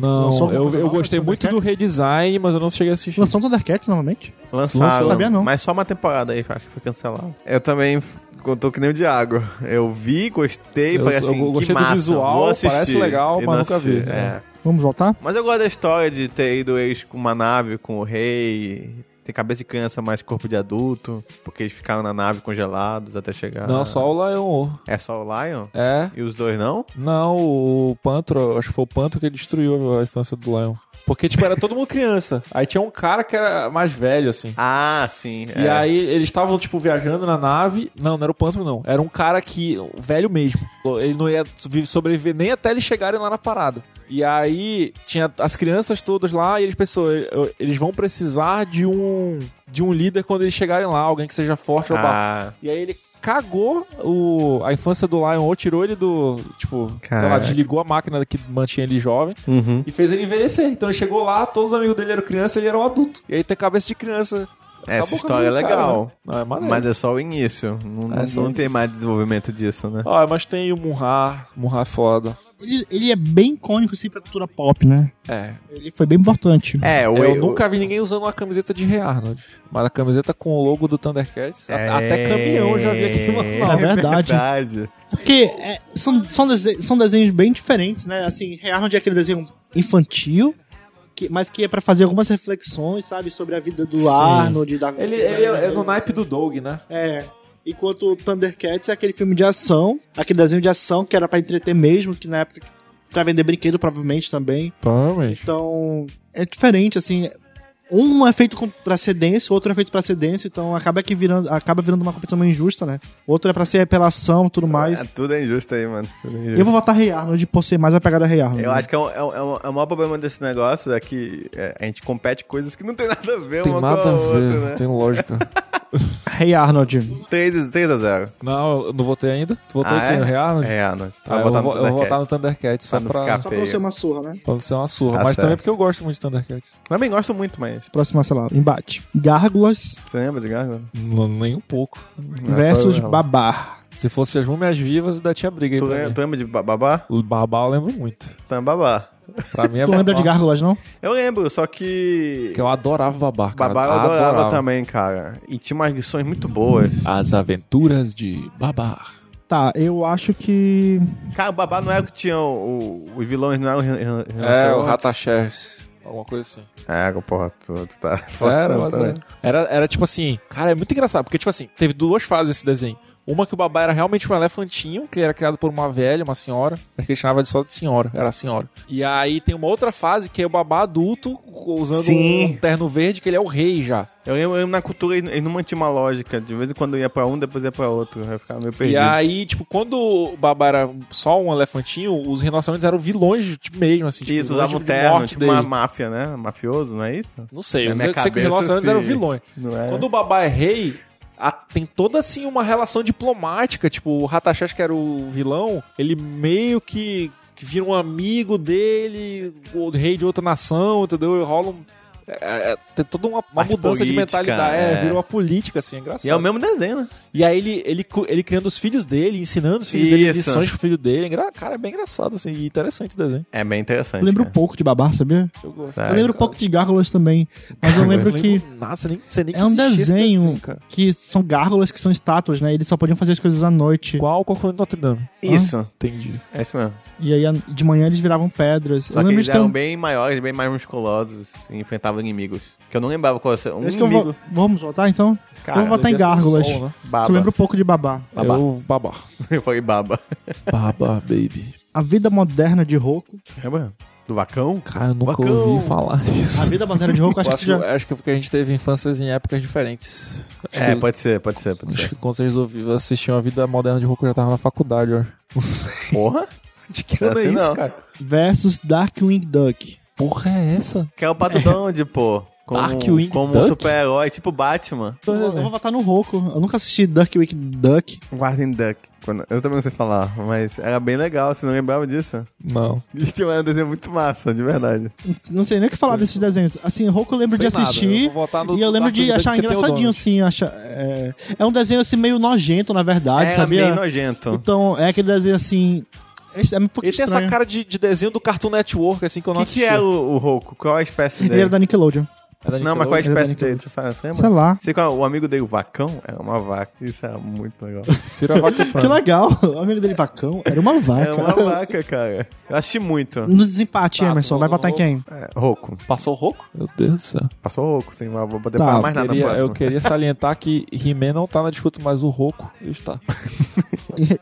Speaker 2: Lançou alguma
Speaker 3: Não, eu,
Speaker 2: coisa
Speaker 3: eu
Speaker 2: nova
Speaker 3: gostei
Speaker 2: do
Speaker 3: muito do redesign, mas eu não cheguei a assistir.
Speaker 2: Lançou um Thundercats novamente?
Speaker 1: Lançaram.
Speaker 2: Não sabia, não.
Speaker 1: Mas só uma temporada aí, acho que foi cancelado. Eu também contou que nem o Diago. Eu vi, gostei,
Speaker 3: Eu-
Speaker 1: falei assim,
Speaker 3: eu gostei
Speaker 1: que
Speaker 3: do
Speaker 1: massa,
Speaker 3: visual,
Speaker 1: vou assistir.
Speaker 3: parece legal,
Speaker 1: E
Speaker 3: mas
Speaker 1: não
Speaker 3: nunca
Speaker 1: assisti,
Speaker 3: vi.
Speaker 1: é.
Speaker 2: Vamos voltar?
Speaker 1: Mas eu gosto da história de ter ido eles com uma nave, com o rei. Tem cabeça de criança, mais corpo de adulto. Porque eles ficaram na nave congelados até chegar.
Speaker 2: Ah.
Speaker 3: Não, só o Lion.
Speaker 1: É só o Lion?
Speaker 3: É.
Speaker 1: E os dois não?
Speaker 3: Não, o Pantro, acho que foi o Pantro que destruiu a infância do Lion. Porque, tipo, era todo mundo criança. Aí tinha um cara que era mais velho, assim.
Speaker 1: Ah, sim.
Speaker 3: E
Speaker 1: é.
Speaker 3: aí eles estavam, tipo, viajando na nave. Não, não era o Pantro, não. Era um cara que. um velho mesmo. Ele não ia vi- sobreviver nem até eles chegarem lá na parada. E aí tinha as crianças todas lá e eles pensou, eles vão precisar de um. de um líder quando eles chegarem lá, alguém que seja forte ou pá.
Speaker 1: Ah,
Speaker 3: E aí ele cagou o, a infância do Lion, ou tirou ele do. Tipo, sei lá,
Speaker 1: Caraca.
Speaker 3: desligou a máquina que mantinha ele jovem
Speaker 1: uhum.
Speaker 3: e fez ele envelhecer. Então ele chegou lá, todos os amigos dele eram criança ele era um adulto. E aí tem cabeça de criança.
Speaker 1: Essa
Speaker 3: Acabou com a
Speaker 1: história é
Speaker 3: vida do cara,
Speaker 1: legal.
Speaker 3: né? Não, é maneiro.
Speaker 1: Mas é só o início. Não,
Speaker 3: É só
Speaker 1: não
Speaker 3: o
Speaker 1: tem
Speaker 3: início.
Speaker 1: mais desenvolvimento disso, né?
Speaker 3: Ah, mas tem o Munhar, Munhar é foda.
Speaker 2: Ele, ele é bem icônico, assim, pra cultura pop, né?
Speaker 3: É.
Speaker 2: Ele foi bem importante.
Speaker 1: É, o
Speaker 3: Eu nunca vi ninguém usando uma camiseta de Rei Arnold. Mas a camiseta com o logo do Thundercats. a- Até caminhão eu já vi aqui no
Speaker 2: É
Speaker 1: *laughs* É
Speaker 2: verdade.
Speaker 1: verdade.
Speaker 2: Porque é, são, são, dese- são desenhos bem diferentes, né? Assim, Rei Arnold é aquele desenho infantil, que- mas que é pra fazer algumas reflexões, sabe, sobre a vida do
Speaker 5: Sim.
Speaker 2: Arnold. Da,
Speaker 3: Ele, ele é, é no naipe do Dog, né?
Speaker 2: É. Enquanto o Thundercats é aquele filme de ação, aquele desenho de ação que era pra entreter mesmo, que na época que- pra vender brinquedo provavelmente também.
Speaker 3: Provavelmente.
Speaker 2: Então, é diferente assim, um é feito com precedência, o outro é feito pra precedência, então acaba que virando, acaba virando uma competição meio injusta, né? Outro é pra ser apelação e tudo mais.
Speaker 1: Ah, tudo é injusto aí, mano. Tudo é injusto.
Speaker 2: Eu vou votar Rei Arnold por ser mais a pegada Rei Arnold.
Speaker 3: Uhum.
Speaker 2: né?
Speaker 1: Eu acho que é, um, é, um- é um- é o maior problema desse negócio, é que é, a gente compete coisas que não tem nada a ver
Speaker 3: Tem
Speaker 1: uma
Speaker 3: nada
Speaker 1: com a
Speaker 3: a
Speaker 1: outra,
Speaker 3: ver,
Speaker 1: né?
Speaker 3: tem
Speaker 1: *laughs*
Speaker 3: lógica.
Speaker 2: Rei Arnold.
Speaker 1: 3, 3 a 0.
Speaker 3: Não, eu não votei ainda. Tu votou
Speaker 1: Ah,
Speaker 3: aqui no Real?
Speaker 1: É, Arnold.
Speaker 3: Ah, eu,
Speaker 1: vou botar
Speaker 3: vou,
Speaker 1: no
Speaker 3: eu vou votar no
Speaker 1: Thundercats.
Speaker 3: Thundercats só
Speaker 1: Pra não
Speaker 3: pra,
Speaker 1: ficar-
Speaker 2: Só pra você uma surra, né?
Speaker 3: pra não ser uma surra.
Speaker 1: Tá
Speaker 3: mas também
Speaker 1: certo.
Speaker 3: porque eu gosto muito de Thundercats.
Speaker 1: Também gosto muito, mas...
Speaker 2: Próxima, sei lá, embate. Gárgulas
Speaker 1: Você lembra de Gárgula?
Speaker 3: Não, nem um pouco.
Speaker 1: Não,
Speaker 2: versus
Speaker 1: só eu-
Speaker 2: Babar.
Speaker 3: Se fosse as múmias vivas, ainda tinha briga aí
Speaker 1: Tu
Speaker 3: pra
Speaker 1: lembra,
Speaker 3: mim.
Speaker 1: tu lembra de Ba- Babá?
Speaker 3: O Babá eu lembro muito.
Speaker 1: Tu lembra Babá.
Speaker 3: Pra mim é
Speaker 2: Tu lembra
Speaker 3: Babá,
Speaker 2: de Gárgulas, não?
Speaker 1: Eu lembro, só que...
Speaker 3: Porque eu adorava Babá, é cara.
Speaker 1: Babá eu adorava, também, cara. E tinha umas lições muito boas.
Speaker 3: As Aventuras de Babá.
Speaker 2: Tá, eu acho que
Speaker 1: Cara, o Babá não era o que tinha o, o- os vilões, não era o... Ren- Ren-
Speaker 3: É, o
Speaker 1: Rinoceronte?
Speaker 3: Ratachers. Alguma coisa assim.
Speaker 1: É, porra, tu, tu tá...
Speaker 3: Era,
Speaker 1: forçando
Speaker 3: mas
Speaker 1: também.
Speaker 3: era. Era, era tipo assim, cara, é muito engraçado, porque, tipo assim, teve duas fases esse desenho. Uma que o babá era realmente um elefantinho, que era criado por uma velha, uma senhora, mas que ele chamava de só de senhora, era a senhora. E aí tem uma outra fase que é o babá adulto, usando
Speaker 1: Sim.
Speaker 3: um terno verde, que ele é o rei já.
Speaker 1: Eu lembro, eu lembro na cultura, eles eles não mantinham uma lógica. De vez em quando eu ia pra um, depois ia pra outro. Eu ficava meio perdido.
Speaker 3: E aí, tipo, quando o babá era só um elefantinho, os rinocerontes eram vilões tipo, mesmo, assim. Tipo,
Speaker 1: isso,
Speaker 3: vilões,
Speaker 1: usavam
Speaker 3: tipo, de
Speaker 1: terno,
Speaker 3: morte
Speaker 1: tipo
Speaker 3: dele.
Speaker 1: uma máfia, né? Mafioso, não é isso?
Speaker 3: Não sei,
Speaker 1: Na
Speaker 3: eu
Speaker 1: minha
Speaker 3: sei, sei que os
Speaker 1: cabeça,
Speaker 3: rinocerontes
Speaker 1: sim.
Speaker 3: eram vilões.
Speaker 1: Não é?
Speaker 3: Quando o babá é rei, a- tem toda assim uma relação diplomática. Tipo, o Ratachás, que era o vilão, ele meio que, que vira um amigo dele, o rei de outra nação, entendeu? E rola um. é- é- tem toda uma, uma
Speaker 1: Mas
Speaker 3: mudança de
Speaker 1: política,
Speaker 3: mentalidade. É,
Speaker 1: é.
Speaker 3: vira uma política, assim, é engraçado.
Speaker 1: E é o mesmo desenho, né?
Speaker 3: E aí ele, ele, cu- ele criando os filhos dele, ensinando os filhos dele,
Speaker 1: Isso.
Speaker 3: lições pro filho dele. É engra- Cara, é bem engraçado, assim, e interessante o desenho.
Speaker 1: É bem interessante.
Speaker 2: eu lembro
Speaker 1: cara.
Speaker 2: pouco de Babar, sabia?
Speaker 3: Eu gosto.
Speaker 1: Tá.
Speaker 2: eu lembro pouco de Gárgulas também, mas eu lembro que,
Speaker 3: Nossa, nem, você nem
Speaker 2: É um
Speaker 3: que existia esse
Speaker 2: desenho.
Speaker 3: assim, cara.
Speaker 2: que são gárgulas que são estátuas, né? Eles só podiam fazer as coisas à noite.
Speaker 3: Qual o Corcunda de Notre Dame?
Speaker 1: Isso,
Speaker 3: Entendi.
Speaker 1: é isso mesmo.
Speaker 2: E aí a- de manhã eles viravam pedras.
Speaker 1: Só
Speaker 2: eu
Speaker 1: que
Speaker 2: lembro
Speaker 1: eles
Speaker 2: de
Speaker 1: eram
Speaker 2: um...
Speaker 1: bem maiores, bem mais musculosos e enfrentavam inimigos. Que eu não lembrava qual era. Um
Speaker 2: Acho que eu
Speaker 1: inimigo.
Speaker 2: vou... Vamos voltar então?
Speaker 1: Cara,
Speaker 2: eu vou votar em
Speaker 3: devia ser um
Speaker 2: gárgulas.
Speaker 3: sol, né?
Speaker 1: Baba.
Speaker 2: Tu lembra pouco de Babar.
Speaker 1: Babá.
Speaker 3: Eu babá.
Speaker 1: *laughs* Eu falei baba.
Speaker 3: Baba, baby.
Speaker 2: A vida moderna de Roku.
Speaker 1: Lembra? Do vacão?
Speaker 3: Cara, eu nunca
Speaker 1: Bacão.
Speaker 3: ouvi falar
Speaker 2: A
Speaker 3: disso.
Speaker 2: vida moderna de Roku, acho que
Speaker 3: Eu acho,
Speaker 2: tu já.
Speaker 3: acho que é porque a gente teve infâncias em épocas diferentes. Acho
Speaker 1: É,
Speaker 3: que,
Speaker 1: pode ser, pode ser, pode
Speaker 3: acho
Speaker 1: ser.
Speaker 3: que quando vocês ouviram, assistiam a vida moderna de Roku, eu já tava na faculdade, ó. Não sei
Speaker 1: Porra?
Speaker 3: *laughs* de que
Speaker 1: Não
Speaker 3: ano é
Speaker 1: sei
Speaker 3: isso,
Speaker 1: não.
Speaker 3: cara.
Speaker 2: Versus Darkwing Duck.
Speaker 3: Porra é essa?
Speaker 1: Que é o Pato Donald, pô. Como,
Speaker 3: Darkwing
Speaker 1: como um
Speaker 3: Duck?
Speaker 1: super-herói, tipo Batman.
Speaker 2: Eu vou, eu vou votar no Roku. Eu nunca assisti Darkwing Duck.
Speaker 1: Guardian Duck. Quando- Eu também não sei falar, mas era bem legal, você não lembrava disso? *laughs*
Speaker 3: Não.
Speaker 1: E tinha um desenho muito massa, de verdade.
Speaker 2: Não sei nem o que falar desses desenhos. Assim, Roku eu lembro
Speaker 3: Sei
Speaker 2: de
Speaker 3: nada,
Speaker 2: assistir.
Speaker 3: eu vou votar no
Speaker 2: e eu lembro de
Speaker 3: Darkwing Duck,
Speaker 2: achar
Speaker 3: que tem o
Speaker 2: engraçadinho,
Speaker 3: Donald.
Speaker 2: assim. Achar, é... é um desenho assim meio nojento, na verdade,
Speaker 3: É,
Speaker 1: era
Speaker 2: Ah, sabia?
Speaker 1: bem nojento.
Speaker 2: Então, é aquele desenho assim. É um pouco
Speaker 3: Ele tem essa
Speaker 2: estranho.
Speaker 3: cara de, de desenho do Cartoon Network, assim, que eu não
Speaker 1: O que, que é o, o Hulk? Qual a espécie
Speaker 2: Ele
Speaker 1: dele?
Speaker 2: era da Nickelodeon.
Speaker 3: é?
Speaker 1: Não, mas qual a
Speaker 2: Ele era
Speaker 1: espécie
Speaker 2: daquele-
Speaker 1: dele? Você sabe, você lembra?
Speaker 2: Sei lá.
Speaker 1: Sei qual, é o amigo dele, o Vacão, era uma vaca. Isso era muito
Speaker 2: *laughs*
Speaker 1: legal.
Speaker 3: *laughs*
Speaker 2: Que legal. *laughs* O amigo dele, Vacão, era uma vaca.
Speaker 1: Era É uma vaca, cara. Eu assisti muito.
Speaker 2: No desempate,
Speaker 3: É, Tá,
Speaker 2: Emerson,
Speaker 3: tu
Speaker 2: vai
Speaker 3: votou
Speaker 2: votar em
Speaker 3: no
Speaker 2: quem?
Speaker 1: É, Roco.
Speaker 3: Passou o Roku? Meu Deus do céu.
Speaker 1: Passou o Roco, sem mas vou poder
Speaker 2: Tá,
Speaker 1: falar
Speaker 2: eu
Speaker 1: mais nada
Speaker 3: Queria-
Speaker 1: no
Speaker 3: eu
Speaker 1: próximo.
Speaker 3: queria salientar que He-Man não tá na disputa, mas o Roku está.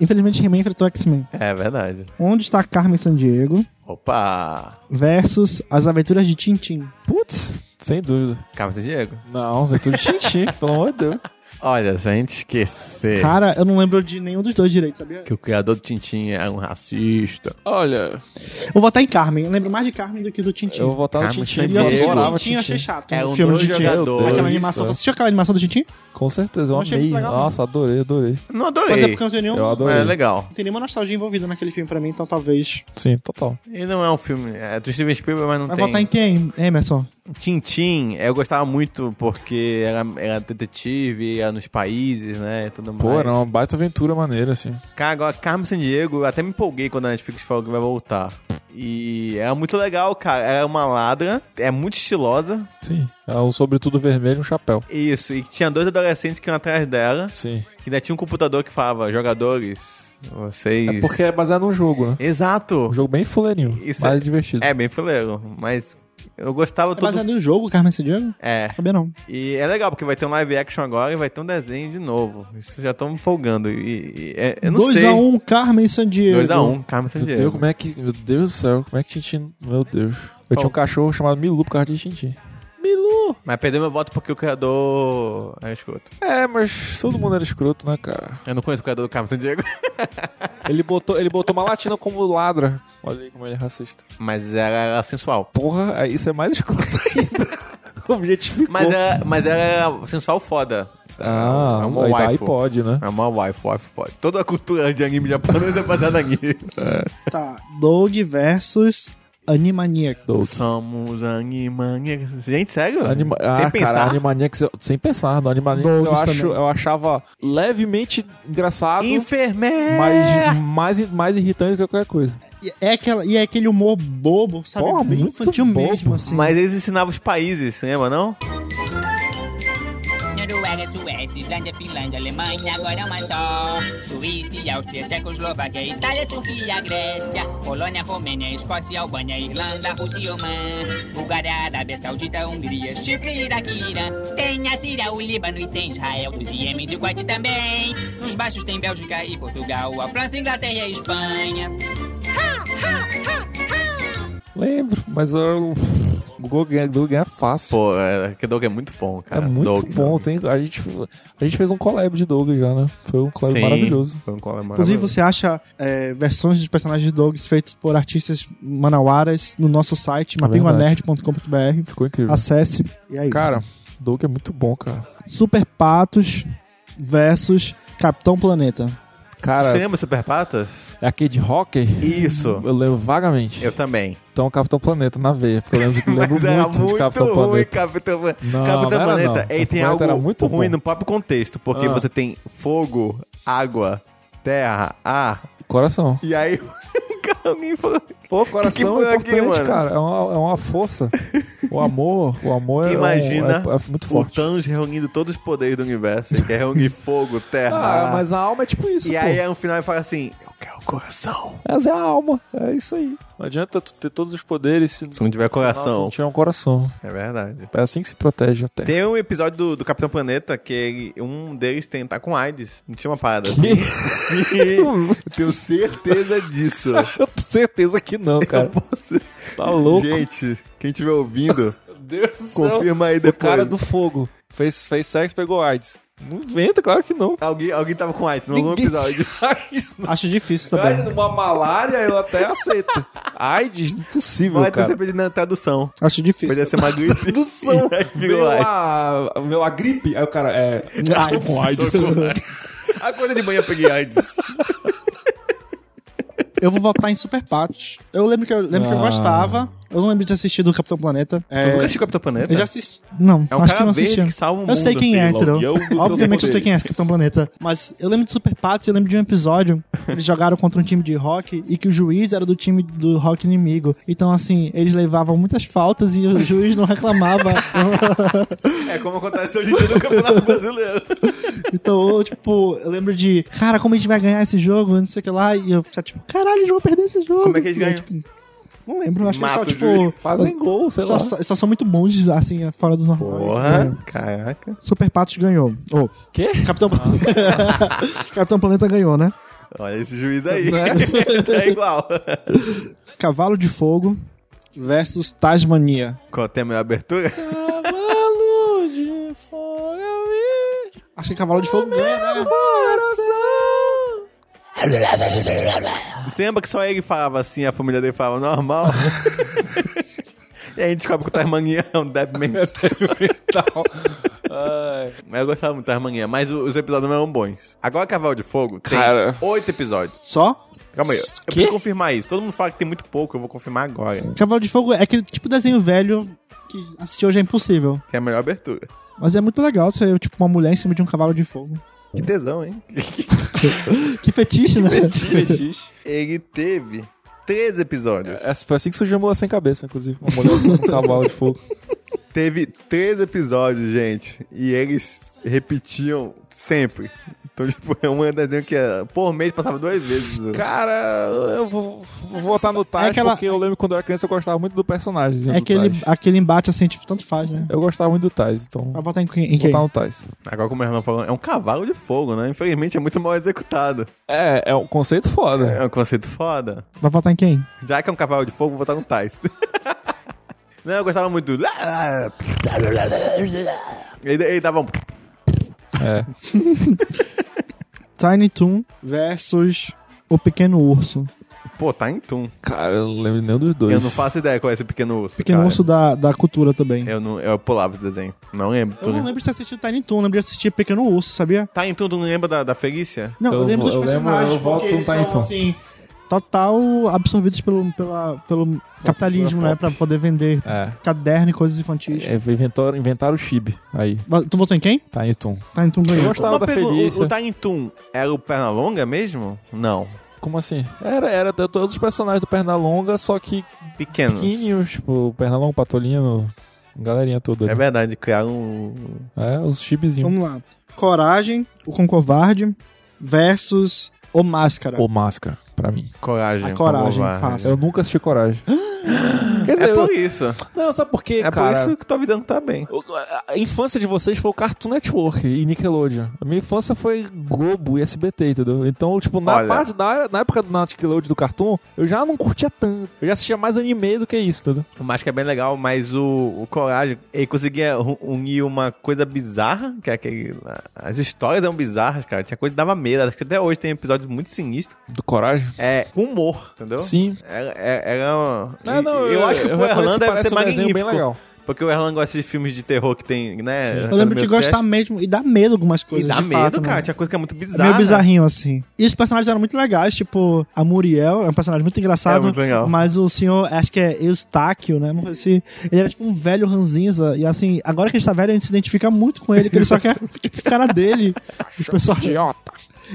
Speaker 2: Infelizmente, He-Man enfrentou X-Men.
Speaker 1: É verdade.
Speaker 2: Onde está Carmen Sandiego
Speaker 1: Opa!
Speaker 2: versus As Aventuras de Tintin?
Speaker 3: Putz, sem dúvida.
Speaker 1: Calma, você, Diego.
Speaker 3: Não, Zé,
Speaker 2: *laughs*
Speaker 3: tudo tintim, pelo amor de Deus.
Speaker 1: Olha, se a gente
Speaker 3: É.
Speaker 1: esquecer
Speaker 2: Cara, eu não lembro de nenhum dos dois direito, sabia?
Speaker 1: que o criador do Tintin era um racista.
Speaker 3: Olha,
Speaker 2: Eu vou votar em Carmen. Eu lembro mais de Carmen do que do Tintin.
Speaker 3: eu vou votar no
Speaker 1: Ah, mas
Speaker 3: Tintim.
Speaker 1: tem
Speaker 2: E eu assisti
Speaker 1: eu
Speaker 2: o
Speaker 3: adorava
Speaker 2: Tintin, eu achei chato. né?
Speaker 1: É
Speaker 2: o
Speaker 1: um
Speaker 2: filme do
Speaker 1: dos
Speaker 2: Tintin.
Speaker 1: jogadores.
Speaker 2: Aquela animação. Tu assistiu aquela animação do Tintin?
Speaker 3: Com certeza, eu
Speaker 2: Não achei
Speaker 3: amei.
Speaker 2: muito legal, não.
Speaker 3: Nossa, adorei, adorei.
Speaker 1: Não
Speaker 2: Mas é
Speaker 1: adorei.
Speaker 2: porque eu não tenho nenhum.
Speaker 3: Eu adorei.
Speaker 1: É legal.
Speaker 2: Não tem nenhuma nostalgia envolvida naquele filme pra mim, então talvez.
Speaker 3: Sim, total.
Speaker 1: E não é um filme. É do Steven Spielberg, mas não
Speaker 2: Vai
Speaker 1: tem.
Speaker 2: votar em quem, Emerson?
Speaker 1: Tintim, eu gostava muito porque era, era detetive, ia nos países, né? E tudo mais.
Speaker 3: Pô, era uma baita aventura maneira, assim.
Speaker 1: Cara, agora Carmen Sandiego, eu até me empolguei quando a Netflix falou que vai voltar. E era muito legal, cara. Era uma ladra, é muito estilosa.
Speaker 3: Sim. É um sobretudo vermelho e um chapéu.
Speaker 1: Isso, e tinha dois adolescentes que iam atrás dela,
Speaker 3: Sim.
Speaker 1: que ainda tinha um computador que falava, jogadores, vocês.
Speaker 3: É porque é baseado num jogo, né?
Speaker 1: Exato!
Speaker 3: Um jogo bem fuleirinho,
Speaker 1: Isso
Speaker 3: mas
Speaker 1: é-
Speaker 3: divertido.
Speaker 1: É bem fuleiro, mas Eu gostava
Speaker 2: É
Speaker 1: todo.
Speaker 2: baseado no jogo, Carmen Sandiego?
Speaker 1: É.
Speaker 2: Sabia não.
Speaker 1: E é legal, porque vai ter um live action agora e vai ter um desenho de novo. Isso já estão me empolgando. E, e- é- eu não sei.
Speaker 2: 2x1, um, Carmen Sandiego.
Speaker 1: 2x1, Carmen
Speaker 3: Meu
Speaker 1: Sandiego.
Speaker 3: Deus, como é que. Meu Deus do céu, como é que Tintin. Meu Deus. Eu tinha um cachorro chamado Milu por causa de Tintin. Milu!
Speaker 1: Mas perdeu meu voto porque o criador é escroto.
Speaker 3: É, mas todo mundo era escroto, né, cara?
Speaker 1: Eu não conheço o criador do Carmen Sandiego.
Speaker 3: Ele botou, ele botou uma latina como ladra. Olha aí como ele é racista.
Speaker 1: *laughs* Mas ela era sensual.
Speaker 3: Porra, aí isso é mais escroto ainda. *laughs* Objetificou.
Speaker 1: Mas é- ela, mas ela era sensual foda.
Speaker 3: Ah,
Speaker 1: é uma
Speaker 3: aí, aí
Speaker 1: waifu.
Speaker 3: pode, né?
Speaker 1: É uma wife, wife, pode. Toda a cultura de anime japonesa é baseada nisso.
Speaker 3: É.
Speaker 2: Tá, Doug versus Animaniac.
Speaker 3: Doug.
Speaker 1: Somos animaniacos. Gente, sério?
Speaker 3: Anima...
Speaker 1: Sem
Speaker 3: ah, cara,
Speaker 1: pensar.
Speaker 3: Animaniacs, eu- sem pensar, no Animaniacs
Speaker 2: Douglas
Speaker 3: eu, acho,
Speaker 2: também.
Speaker 3: eu achava levemente engraçado,
Speaker 1: Enfermeira!
Speaker 3: mas mais, mais irritante do que qualquer coisa.
Speaker 2: E é, aquela, e é aquele humor bobo, sabe?
Speaker 3: Porra,
Speaker 2: Bem
Speaker 3: muito
Speaker 2: infantil
Speaker 3: bobo.
Speaker 2: mesmo, assim.
Speaker 1: Mas eles ensinavam os países, você lembra, não?
Speaker 6: Noruega, Suécia, Islândia, Finlândia, Alemanha, agora é uma só. Suíça, Áustria, Tchecoslováquia, Itália, Turquia, Grécia, Polônia, Romênia, Escócia, Albânia, Irlanda, Rússia, Omã, Bulgária, Arábia Saudita, Hungria, Chipre, Iraque, Irã. Tem a Síria, o Líbano e tem Israel, os Iêmenes e o Kuwait também. Nos baixos tem Bélgica e Portugal, a França, Inglaterra e a Espanha.
Speaker 3: Lembro, mas eu... o Doug ganha, Doug ganha fácil.
Speaker 1: Pô, é, que Doug é muito bom,
Speaker 3: é
Speaker 1: cara.
Speaker 3: muito
Speaker 1: Doug,
Speaker 3: bom.
Speaker 1: Doug.
Speaker 3: Tem, a, gente, a gente fez um collab de Doug já, né? Foi um collab
Speaker 1: Sim,
Speaker 3: maravilhoso.
Speaker 1: Foi um colar
Speaker 2: Inclusive,
Speaker 1: maravilhoso.
Speaker 2: você acha é, versões dos personagens de Dogs feitos por artistas manauaras no nosso site,
Speaker 1: É
Speaker 2: mapinguanerd.com.br.
Speaker 3: Ficou incrível.
Speaker 2: Acesse. E é isso.
Speaker 3: Cara, Doug é muito bom, cara.
Speaker 2: Super Patos versus Capitão Planeta.
Speaker 3: Cara,
Speaker 1: Você é lembra Super Patas?
Speaker 3: é aquele de hockey?
Speaker 1: Isso.
Speaker 3: Eu lembro vagamente.
Speaker 1: Eu também.
Speaker 3: Então, Capitão Planeta na veia, porque
Speaker 1: *laughs*
Speaker 3: eu lembro, lembro
Speaker 1: Mas era
Speaker 3: muito,
Speaker 1: muito
Speaker 3: de Capitão
Speaker 1: ruim,
Speaker 3: Planeta.
Speaker 1: Capitão Planeta.
Speaker 3: Não,
Speaker 1: Capitão
Speaker 3: não era
Speaker 1: Planeta,
Speaker 3: não.
Speaker 1: ele tem
Speaker 3: Capitão Planeta
Speaker 1: algo
Speaker 3: era muito
Speaker 1: ruim
Speaker 3: bom.
Speaker 1: no próprio contexto, porque
Speaker 3: Ah.
Speaker 1: você tem fogo, água, terra, ar,
Speaker 3: Coração.
Speaker 1: e aí *laughs* alguém falou...
Speaker 3: Pô, coração
Speaker 1: Que que foi
Speaker 3: é
Speaker 1: aqui,
Speaker 3: importante,
Speaker 1: mano?
Speaker 3: cara. É uma, é uma força. O amor, o amor é um-
Speaker 1: Imagina
Speaker 3: é, é muito
Speaker 1: O
Speaker 3: forte.
Speaker 1: Thanos reunindo todos os poderes do universo, ele quer
Speaker 3: *laughs*
Speaker 1: reunir fogo, terra,
Speaker 3: Ah,
Speaker 1: ar.
Speaker 3: mas a alma é tipo isso,
Speaker 1: E
Speaker 3: pô.
Speaker 1: aí, no final, ele fala assim: Eu quero coração.
Speaker 3: Essa é a alma. É isso aí. Não adianta tu ter todos os poderes se
Speaker 1: Se não tiver
Speaker 3: Nossa,
Speaker 1: coração.
Speaker 3: não tiver um coração.
Speaker 1: É verdade.
Speaker 3: É assim que se protege a Terra.
Speaker 1: Tem um episódio do, do Capitão Planeta que ele- um deles tem, tá com AIDS. Não tinha uma parada. *laughs*
Speaker 3: Que?
Speaker 1: assim? Sim, eu tenho certeza disso.
Speaker 3: *laughs* Eu tenho certeza que não, cara. Tá louco.
Speaker 1: Gente, quem estiver ouvindo,
Speaker 3: Meu Deus do céu.
Speaker 1: confirma aí
Speaker 3: O
Speaker 1: depois.
Speaker 3: cara do fogo. Fez, fez sexo, pegou AIDS. Não inventa, claro que não. é um
Speaker 1: Alguém, alguém tava com AIDS no algum
Speaker 3: Ninguém
Speaker 1: episódio.
Speaker 3: tinha AIDS, não.
Speaker 2: Acho difícil
Speaker 3: Cara,
Speaker 2: também.
Speaker 3: numa malária eu até aceito. AIDS, impossível,
Speaker 1: Vai ter
Speaker 3: cara.
Speaker 1: sempre na tradução.
Speaker 2: Acho difícil.
Speaker 1: Podia ser uma *laughs* gripe.
Speaker 3: Tradução.
Speaker 1: E aí virou
Speaker 3: Meu,
Speaker 1: AIDS.
Speaker 3: a, meu, a gripe. Aí o cara, é...
Speaker 2: Ai, com AIDS.
Speaker 1: Acorda de manhã, eu peguei AIDS.
Speaker 2: Eu vou votar em Super Patos. Eu lembro que eu, lembro que eu
Speaker 3: Ah.
Speaker 2: gostava. Eu não lembro de ter assistido o Capitão Planeta.
Speaker 1: Eu nunca
Speaker 2: É,
Speaker 1: assisti Capitão Planeta.
Speaker 2: eu já assisti. Não,
Speaker 1: É um
Speaker 2: acho que eu
Speaker 1: cara
Speaker 2: não
Speaker 1: verde
Speaker 2: assisti.
Speaker 1: que salva o mundo.
Speaker 2: Eu sei quem é,
Speaker 3: pelo
Speaker 2: entendeu?
Speaker 3: guião dos seus
Speaker 2: Obviamente eu sei
Speaker 3: poderes.
Speaker 2: quem é, Capitão Planeta. Mas eu lembro de Super Patos e eu lembro de um episódio. que Eles jogaram contra um time de rock e que o juiz era do time do rock inimigo. Então, assim, eles levavam muitas faltas e o juiz não reclamava.
Speaker 1: É como acontece hoje em dia no Campeonato Brasileiro.
Speaker 2: então, eu, tipo, eu lembro de, cara, como a gente vai ganhar esse jogo? Não sei o que lá. E eu ficava tipo, caralho, eles vão perder esse jogo.
Speaker 1: Como é que eles
Speaker 2: E aí,
Speaker 1: ganham?
Speaker 2: tipo, não lembro, acho que eles
Speaker 1: Mata
Speaker 2: só,
Speaker 1: o juiz.
Speaker 2: tipo.
Speaker 3: Fazem gol, sei
Speaker 2: Só,
Speaker 3: lá.
Speaker 2: só, só são muito bons, assim, fora do normal. né?
Speaker 1: Porra, caraca.
Speaker 2: Super Patos ganhou. Ô,
Speaker 3: Quê?
Speaker 2: Capitão...
Speaker 1: *laughs*
Speaker 2: Capitão Planeta ganhou, né?
Speaker 1: Olha esse juiz aí. *laughs*
Speaker 3: Né?
Speaker 1: tá igual.
Speaker 2: Cavalo de Fogo versus Tasmania.
Speaker 1: Qual o tema é a abertura?
Speaker 3: Cavalo de fogo e
Speaker 2: Acho que Cavalo de Fogo ganha, né?
Speaker 3: coração.
Speaker 1: Você lembra que só ele falava assim, a família dele falava normal?
Speaker 3: *laughs*
Speaker 1: e aí a gente descobre que o Tasmania é um Deadman.
Speaker 3: Tal. Ai.
Speaker 1: Mas eu gostava muito do Tasmania, mas o- os episódios não eram bons. Agora Cavalo de Fogo tem
Speaker 3: Cara.
Speaker 1: oito episódios.
Speaker 2: Só?
Speaker 1: Calma aí, eu
Speaker 2: Quê?
Speaker 1: preciso confirmar isso. Todo mundo fala que tem muito pouco, eu vou confirmar agora.
Speaker 2: Cavalo de Fogo é aquele tipo de desenho velho que assistir hoje é impossível.
Speaker 1: Que é a melhor abertura.
Speaker 2: Mas é muito legal ser, tipo, uma mulher em cima de um cavalo de fogo.
Speaker 1: Que tesão, hein?
Speaker 2: Que fetiche, né?
Speaker 3: Fetiche.
Speaker 1: Ele teve três episódios.
Speaker 3: Essa foi assim que surgiu a mulher sem cabeça, inclusive. Uma mulher com um cavalo de fogo.
Speaker 1: Teve três episódios, gente. E eles repetiam sempre. Então, *laughs* tipo, é um desenho que é, por mês passava duas vezes.
Speaker 3: Cara, eu vou, vou votar no Taj,
Speaker 2: É aquela-
Speaker 3: porque eu lembro quando eu era criança eu gostava muito do personagem.
Speaker 2: É aquele, aquele embate assim, tipo, tanto faz, né?
Speaker 3: Eu gostava muito do Tais, então.
Speaker 2: Vai votar em, quem- em
Speaker 3: Vou
Speaker 2: quem?
Speaker 3: votar no Tais.
Speaker 1: Agora, como o Renan falou, é um cavalo de fogo, né? Infelizmente é muito mal executado.
Speaker 3: É, é um conceito foda.
Speaker 1: É um conceito foda.
Speaker 2: Vai votar em quem?
Speaker 1: Já que é um cavalo de fogo, vou botar um Tais. *laughs* Não, eu gostava muito do. Ele, ele dava um.
Speaker 3: É.
Speaker 2: Tiny Toon versus o Pequeno Urso.
Speaker 1: Pô, tá em Tum.
Speaker 3: Cara, eu não lembro nenhum dos dois.
Speaker 1: Eu não faço ideia qual é esse pequeno urso.
Speaker 2: Pequeno
Speaker 1: cara.
Speaker 2: Urso da, da cultura também.
Speaker 1: Eu, não, eu pulava esse desenho. Não lembro.
Speaker 2: Eu não lembro de ter assistido Tiny Toon, eu lembro de assistir Pequeno Urso, sabia?
Speaker 1: Tá em Tum, tu não lembra da, da Felícia?
Speaker 2: Não, eu,
Speaker 3: Eu
Speaker 2: lembro dos
Speaker 3: vou- eu lembro-
Speaker 2: personagens,
Speaker 3: eu voto
Speaker 2: porque eles
Speaker 3: no Tiny
Speaker 2: são,
Speaker 3: Toon.
Speaker 2: assim, total absorvidos pelo, pela, pelo capitalismo, né? Pra poder vender
Speaker 3: É.
Speaker 2: caderno e coisas infantis.
Speaker 3: É, inventaram, inventaram o Chibi. Aí, tá
Speaker 2: Mas Tu votou em quem?
Speaker 3: Tiny Toon.
Speaker 2: Tiny Toon
Speaker 3: Eu
Speaker 2: ganhou.
Speaker 3: gostava
Speaker 1: Uma
Speaker 3: da
Speaker 1: pergunta,
Speaker 3: Felícia.
Speaker 1: O, o Tiny Toon era o Pernalonga mesmo? Não.
Speaker 3: Como assim? Era, era t- todos os personagens do Pernalonga, só que
Speaker 1: Pequeno.
Speaker 3: pequenininhos. Tipo, Pernalonga, Patolino, galerinha toda.
Speaker 1: É
Speaker 3: ali.
Speaker 1: verdade, criaram um.
Speaker 3: É, os chibizinhos.
Speaker 2: Vamos lá. Coragem, o com covarde versus o máscara.
Speaker 3: Ou Máscara, pra mim.
Speaker 1: Coragem.
Speaker 2: A coragem,
Speaker 1: pra provar.
Speaker 2: fácil.
Speaker 3: Eu nunca assisti Coragem. *gasps* Quer dizer,
Speaker 1: É
Speaker 3: eu-
Speaker 1: por isso.
Speaker 3: não, sabe por quê,
Speaker 1: É por
Speaker 3: cara?
Speaker 1: isso que tua vida não tá bem.
Speaker 3: O- a- A infância de vocês foi o Cartoon Network e Nickelodeon. A minha infância foi Globo e SBT, entendeu? Então, tipo, na,
Speaker 1: Olha.
Speaker 3: parte, na, na época do Nickelodeon do Cartoon, eu já não curtia tanto. Eu já assistia mais anime do que isso, entendeu?
Speaker 1: O Máscara é bem legal, mas o, o Coragem, ele conseguia ru- unir uma coisa bizarra, que é aquele. As histórias eram bizarras, cara. Tinha coisa que dava medo. Acho que até hoje tem episódios muito sinistros.
Speaker 3: Do Coragem?
Speaker 1: É com humor, entendeu?
Speaker 3: Sim.
Speaker 1: Era. é, era- era-
Speaker 3: Ah, não,
Speaker 1: eu, acho que pro
Speaker 3: reconheço
Speaker 1: Erlan deve
Speaker 3: parece
Speaker 1: ser
Speaker 3: um desenho
Speaker 1: magnífico.
Speaker 3: bem legal.
Speaker 1: Porque o Erlan gosta de filmes de terror que tem, né?
Speaker 2: Eu lembro de gostar mesmo e dá medo algumas
Speaker 1: E
Speaker 2: coisas.
Speaker 1: dá
Speaker 2: de
Speaker 1: medo,
Speaker 2: fato,
Speaker 1: cara.
Speaker 2: né?
Speaker 1: Tinha coisa que é muito
Speaker 2: É
Speaker 1: bizarra.
Speaker 2: meio bizarrinho, assim. E os personagens eram muito legais, tipo, a Muriel é um personagem muito engraçado.
Speaker 1: É muito legal.
Speaker 2: Mas o senhor, acho que é Eustáquio, né? Uma coisa assim. ele era tipo um velho ranzinza. E assim, agora que ele está velho, a gente se identifica muito com ele, que ele só quer *laughs* tipo, ficar na dele. Os pessoal,
Speaker 3: Idiota.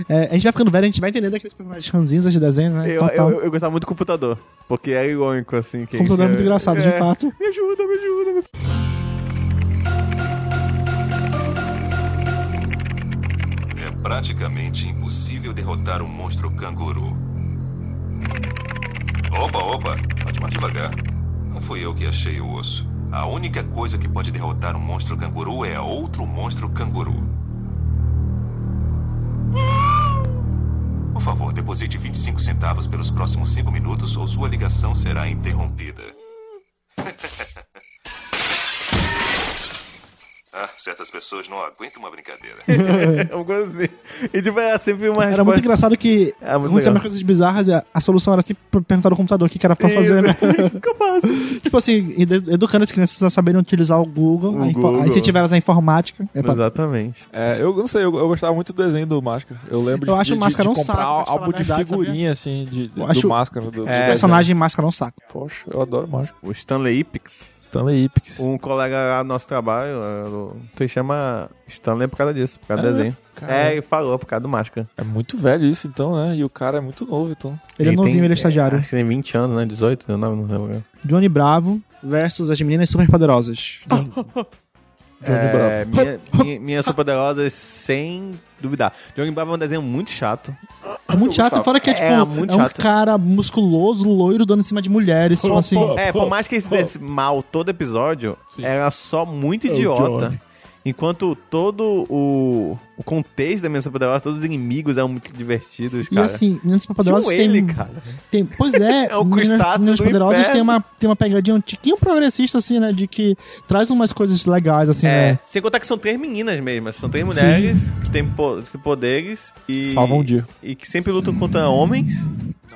Speaker 2: é, a gente vai ficando velho, a gente vai entendendo aqueles personagens ranzinzas de desenho, né?
Speaker 1: Eu,
Speaker 2: Total.
Speaker 1: eu- eu gostava muito do computador, porque era irônico, assim. Que
Speaker 2: o computador é muito engraçado, de
Speaker 1: É.
Speaker 2: fato.
Speaker 1: Me ajuda, me ajuda. me-
Speaker 7: É praticamente impossível derrotar um monstro canguru. Opa, opa, pode mais devagar. Não fui eu que achei o osso. A única coisa que pode derrotar um monstro canguru é outro monstro canguru. Por favor, deposite 25 centavos pelos próximos 5 minutos ou sua ligação será interrompida. *laughs* Ah, certas pessoas não aguentam uma brincadeira.
Speaker 1: É uma coisa assim. E tipo, era sempre uma
Speaker 2: Era muito engraçado que
Speaker 1: É, muito
Speaker 2: aconteciam
Speaker 1: legal.
Speaker 2: umas coisas bizarras e a, a solução era sempre perguntar ao computador o que, que era pra fazer, né?
Speaker 1: *laughs* O que eu faço?
Speaker 2: tipo assim, edu- educando as crianças a saberem utilizar o Google,
Speaker 1: O
Speaker 2: a info-
Speaker 1: Google.
Speaker 2: aí se tiver elas na informática. É pra-
Speaker 1: Exatamente.
Speaker 3: É, eu não sei, eu, eu gostava muito do desenho do Máscara. Eu lembro
Speaker 2: Eu
Speaker 3: de,
Speaker 2: acho
Speaker 3: de,
Speaker 2: o Máscara
Speaker 3: de,
Speaker 2: um
Speaker 3: de comprar
Speaker 2: saco, pra te falar a
Speaker 3: álbum de
Speaker 2: verdade,
Speaker 3: figurinha, assim, de, de-
Speaker 2: Eu acho-
Speaker 3: do Máscara. Do, do
Speaker 1: É,
Speaker 2: personagem máscara não saco.
Speaker 3: desenho. Poxa, eu adoro Máscara.
Speaker 1: O Stanley Ipix,
Speaker 3: Stanley Ipkiss.
Speaker 1: um colega lá do nosso trabalho, é, do- tu chama Stanley por causa disso, por causa do
Speaker 3: É,
Speaker 1: desenho.
Speaker 3: cara.
Speaker 1: É, ele falou por causa do Máscara.
Speaker 3: É muito velho isso, então, né? E o cara é muito novo, então.
Speaker 2: Ele, é novinho,
Speaker 1: tem-
Speaker 2: ele é estagiário.
Speaker 1: Acho que tem 20 anos, né? 18, 19, não lembro.
Speaker 2: Johnny Bravo versus as meninas super poderosas.
Speaker 1: Ah,
Speaker 3: Johnny
Speaker 1: é,
Speaker 3: Bravo.
Speaker 1: minha, minha, minha Super Poderosa, sem duvidar. Johnny Bravo é um desenho muito chato.
Speaker 2: É muito chato, fora que é tipo
Speaker 1: É,
Speaker 2: é,
Speaker 1: muito
Speaker 2: um
Speaker 1: chato.
Speaker 2: cara musculoso, loiro, dando em cima de mulheres. Tipo assim,
Speaker 1: É, por mais que esse desse mal todo episódio,
Speaker 3: Sim. É
Speaker 1: era só muito idiota.
Speaker 3: Johnny.
Speaker 1: Enquanto todo o, o contexto da Minha Super Poderosa, todos os inimigos eram muito divertidos,
Speaker 2: e
Speaker 1: cara.
Speaker 2: assim, meninas
Speaker 1: Tinha
Speaker 2: super poderosas
Speaker 1: o
Speaker 2: tem,
Speaker 1: ele, cara.
Speaker 2: tem- Pois é,
Speaker 1: *laughs* É o
Speaker 2: meninas,
Speaker 1: Crustáceo
Speaker 2: meninas
Speaker 1: do
Speaker 2: poderosas
Speaker 1: Inferno.
Speaker 2: tem uma, tem uma pegadinha um tiquinho progressista, assim, né? De que traz umas coisas legais, assim,
Speaker 1: É,
Speaker 2: né?
Speaker 1: sem contar que são três meninas mesmo, são três mulheres que têm po- que têm poderes e.
Speaker 3: Salvam o um dia.
Speaker 1: E que sempre lutam contra homens.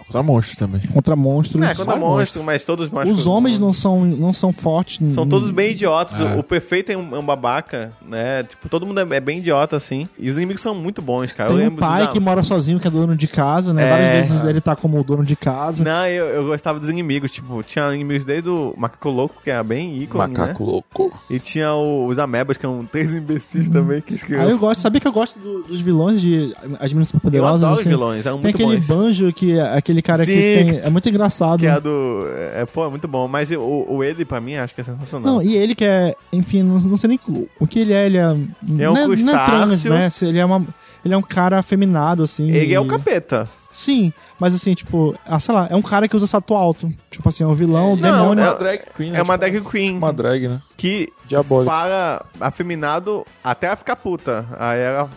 Speaker 3: Contra monstros também.
Speaker 2: Contra monstros.
Speaker 1: É, contra
Speaker 3: Só
Speaker 1: monstros, mas todos monstros.
Speaker 2: Os homens não são, não são fortes.
Speaker 1: São
Speaker 2: n-
Speaker 1: todos bem idiotas.
Speaker 2: Ah.
Speaker 3: É.
Speaker 1: O prefeito é um, é um babaca, né? Tipo, todo mundo é, é bem idiota, assim. E os inimigos são muito bons, cara. eu
Speaker 2: Tem um
Speaker 1: lembro
Speaker 2: pai
Speaker 1: dos-
Speaker 2: que mora sozinho, que é dono de casa, né?
Speaker 1: É.
Speaker 2: Várias vezes ele tá como dono de casa.
Speaker 1: Não, eu, eu gostava dos inimigos. Tipo, tinha inimigos desde o Macaco Louco, que era bem ícone,
Speaker 3: Macaco
Speaker 1: né?
Speaker 3: louco.
Speaker 1: E tinha o- os Amebas, que eram *laughs* três imbecis também, que
Speaker 2: Aí eu
Speaker 1: escreviam.
Speaker 2: gosto, sabia que eu gosto do- dos vilões de As Meninas
Speaker 1: Eu
Speaker 2: Superpoderosas?
Speaker 1: adoro os
Speaker 2: assim?
Speaker 1: vilões, eram
Speaker 2: Tem
Speaker 1: muito
Speaker 2: aquele
Speaker 1: bons.
Speaker 2: banjo que é aquele aquele cara que
Speaker 1: Sim.
Speaker 2: tem. É muito engraçado.
Speaker 1: Que é a do. É, pô, é muito bom. Mas o, o ele, pra mim, acho que é sensacional.
Speaker 2: Não, e ele que é, enfim, não, não sei nem o- o que ele é, ele é. Ele
Speaker 1: é um
Speaker 2: não é trans,
Speaker 1: crustáceo.
Speaker 2: né? Se Ele é, uma, ele é um cara afeminado, assim.
Speaker 1: ele é o
Speaker 2: e-
Speaker 1: capeta.
Speaker 2: Sim, mas assim, tipo, ah, sei lá, é um cara que usa sato alto. Tipo assim, é um vilão, um
Speaker 1: Não,
Speaker 2: demônio.
Speaker 1: é-
Speaker 3: drag queen, né?
Speaker 1: É uma
Speaker 3: Tipo,
Speaker 1: drag queen
Speaker 3: Uma drag, né?
Speaker 1: que
Speaker 3: Diabólica.
Speaker 1: fala afeminado até ela ficar puta. Aí ela.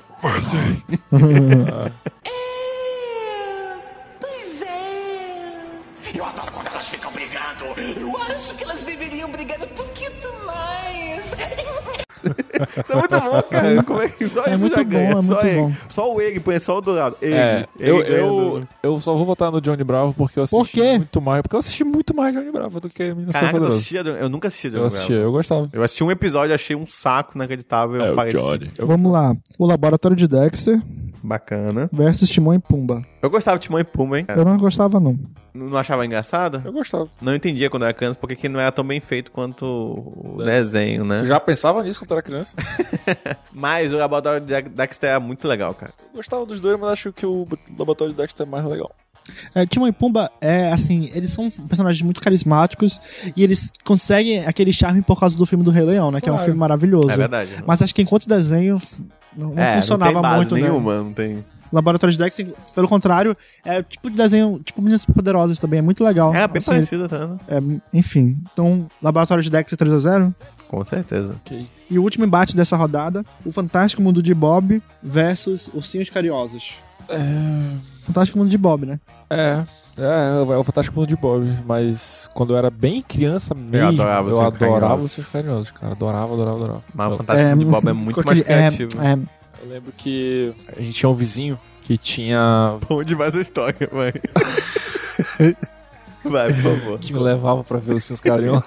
Speaker 4: Pois é. Eu adoro quando elas ficam brigando. Eu acho que elas deveriam brigar um pouquinho mais.
Speaker 1: Isso é muito bom, cara. Como é que só
Speaker 2: É
Speaker 1: isso
Speaker 2: muito
Speaker 1: já
Speaker 2: bom,
Speaker 1: ganha? só
Speaker 2: é muito
Speaker 1: ele.
Speaker 2: bom.
Speaker 1: Só o Egg, põe só o dourado. Egg,
Speaker 3: É,
Speaker 1: Egg
Speaker 3: eu,
Speaker 1: ganha
Speaker 3: eu,
Speaker 1: do-
Speaker 3: eu só vou votar no Johnny Bravo porque eu assisti
Speaker 2: Por quê?
Speaker 3: muito mais. Porque eu assisti muito mais Johnny Bravo do que Minas
Speaker 1: Caraca, eu,
Speaker 3: Poderosas.
Speaker 1: assistia, eu nunca assisti
Speaker 3: Eu assistia, eu gostava.
Speaker 1: Eu assisti um episódio, achei um saco inacreditável.
Speaker 3: É, o
Speaker 1: pareci
Speaker 3: Johnny. Eu-
Speaker 2: Vamos lá. O Laboratório de Dexter
Speaker 1: Bacana.
Speaker 2: versus Timão e Pumba.
Speaker 1: Eu gostava de Timão e Puma, hein?
Speaker 2: Eu não gostava, não.
Speaker 1: Não achava engraçada?
Speaker 3: Eu gostava.
Speaker 1: Não entendia quando era criança porque que não era tão bem feito quanto
Speaker 3: É.
Speaker 1: o desenho, né?
Speaker 3: Tu já pensava nisso quando era criança?
Speaker 1: Mas o Laboratório de Dexter era muito legal, cara. É
Speaker 3: Eu gostava dos dois, mas acho que o Laboratório de Dexter é mais legal.
Speaker 2: É, Timão e Pumba é assim, eles são personagens muito carismáticos e eles conseguem aquele charme por causa do filme do Rei Leão, né? Que é um
Speaker 3: Claro.
Speaker 2: filme maravilhoso.
Speaker 1: É verdade.
Speaker 2: Mas acho que enquanto desenho não, não
Speaker 1: é,
Speaker 2: funcionava
Speaker 1: não tem base
Speaker 2: muito, né?
Speaker 1: nenhuma, não tem.
Speaker 2: Laboratório de Dexter, pelo contrário, é tipo de desenho, tipo Meninas Poderosas também, é muito legal.
Speaker 1: É, bem
Speaker 2: Assim,
Speaker 1: parecida, tá? né?
Speaker 2: é, enfim, então, Laboratório de Dexter 3x0.
Speaker 1: Com certeza.
Speaker 2: E o último embate dessa rodada, o Fantástico Mundo de Bob versus Ursinhos Carinhosos. Fantástico Mundo de Bob, né?
Speaker 3: É. É, é o Fantástico Mundo de Bob, mas quando eu era bem criança mesmo, eu
Speaker 1: adorava
Speaker 3: adorava,
Speaker 1: os
Speaker 3: eu
Speaker 1: Cinco
Speaker 3: adorava
Speaker 1: Carinhosos.
Speaker 3: os Cinco Carinhosos, cara. Adorava, adorava, adorava.
Speaker 1: Mas o
Speaker 3: Eu-
Speaker 1: Fantástico de Bob é muito
Speaker 2: com
Speaker 1: mais
Speaker 2: aquele- é,
Speaker 1: criativo.
Speaker 2: é,
Speaker 3: Eu lembro que a gente tinha um vizinho que tinha.
Speaker 1: Bom demais a história, vai. *laughs* vai, por favor.
Speaker 3: que me levava pra ver os seus carinhos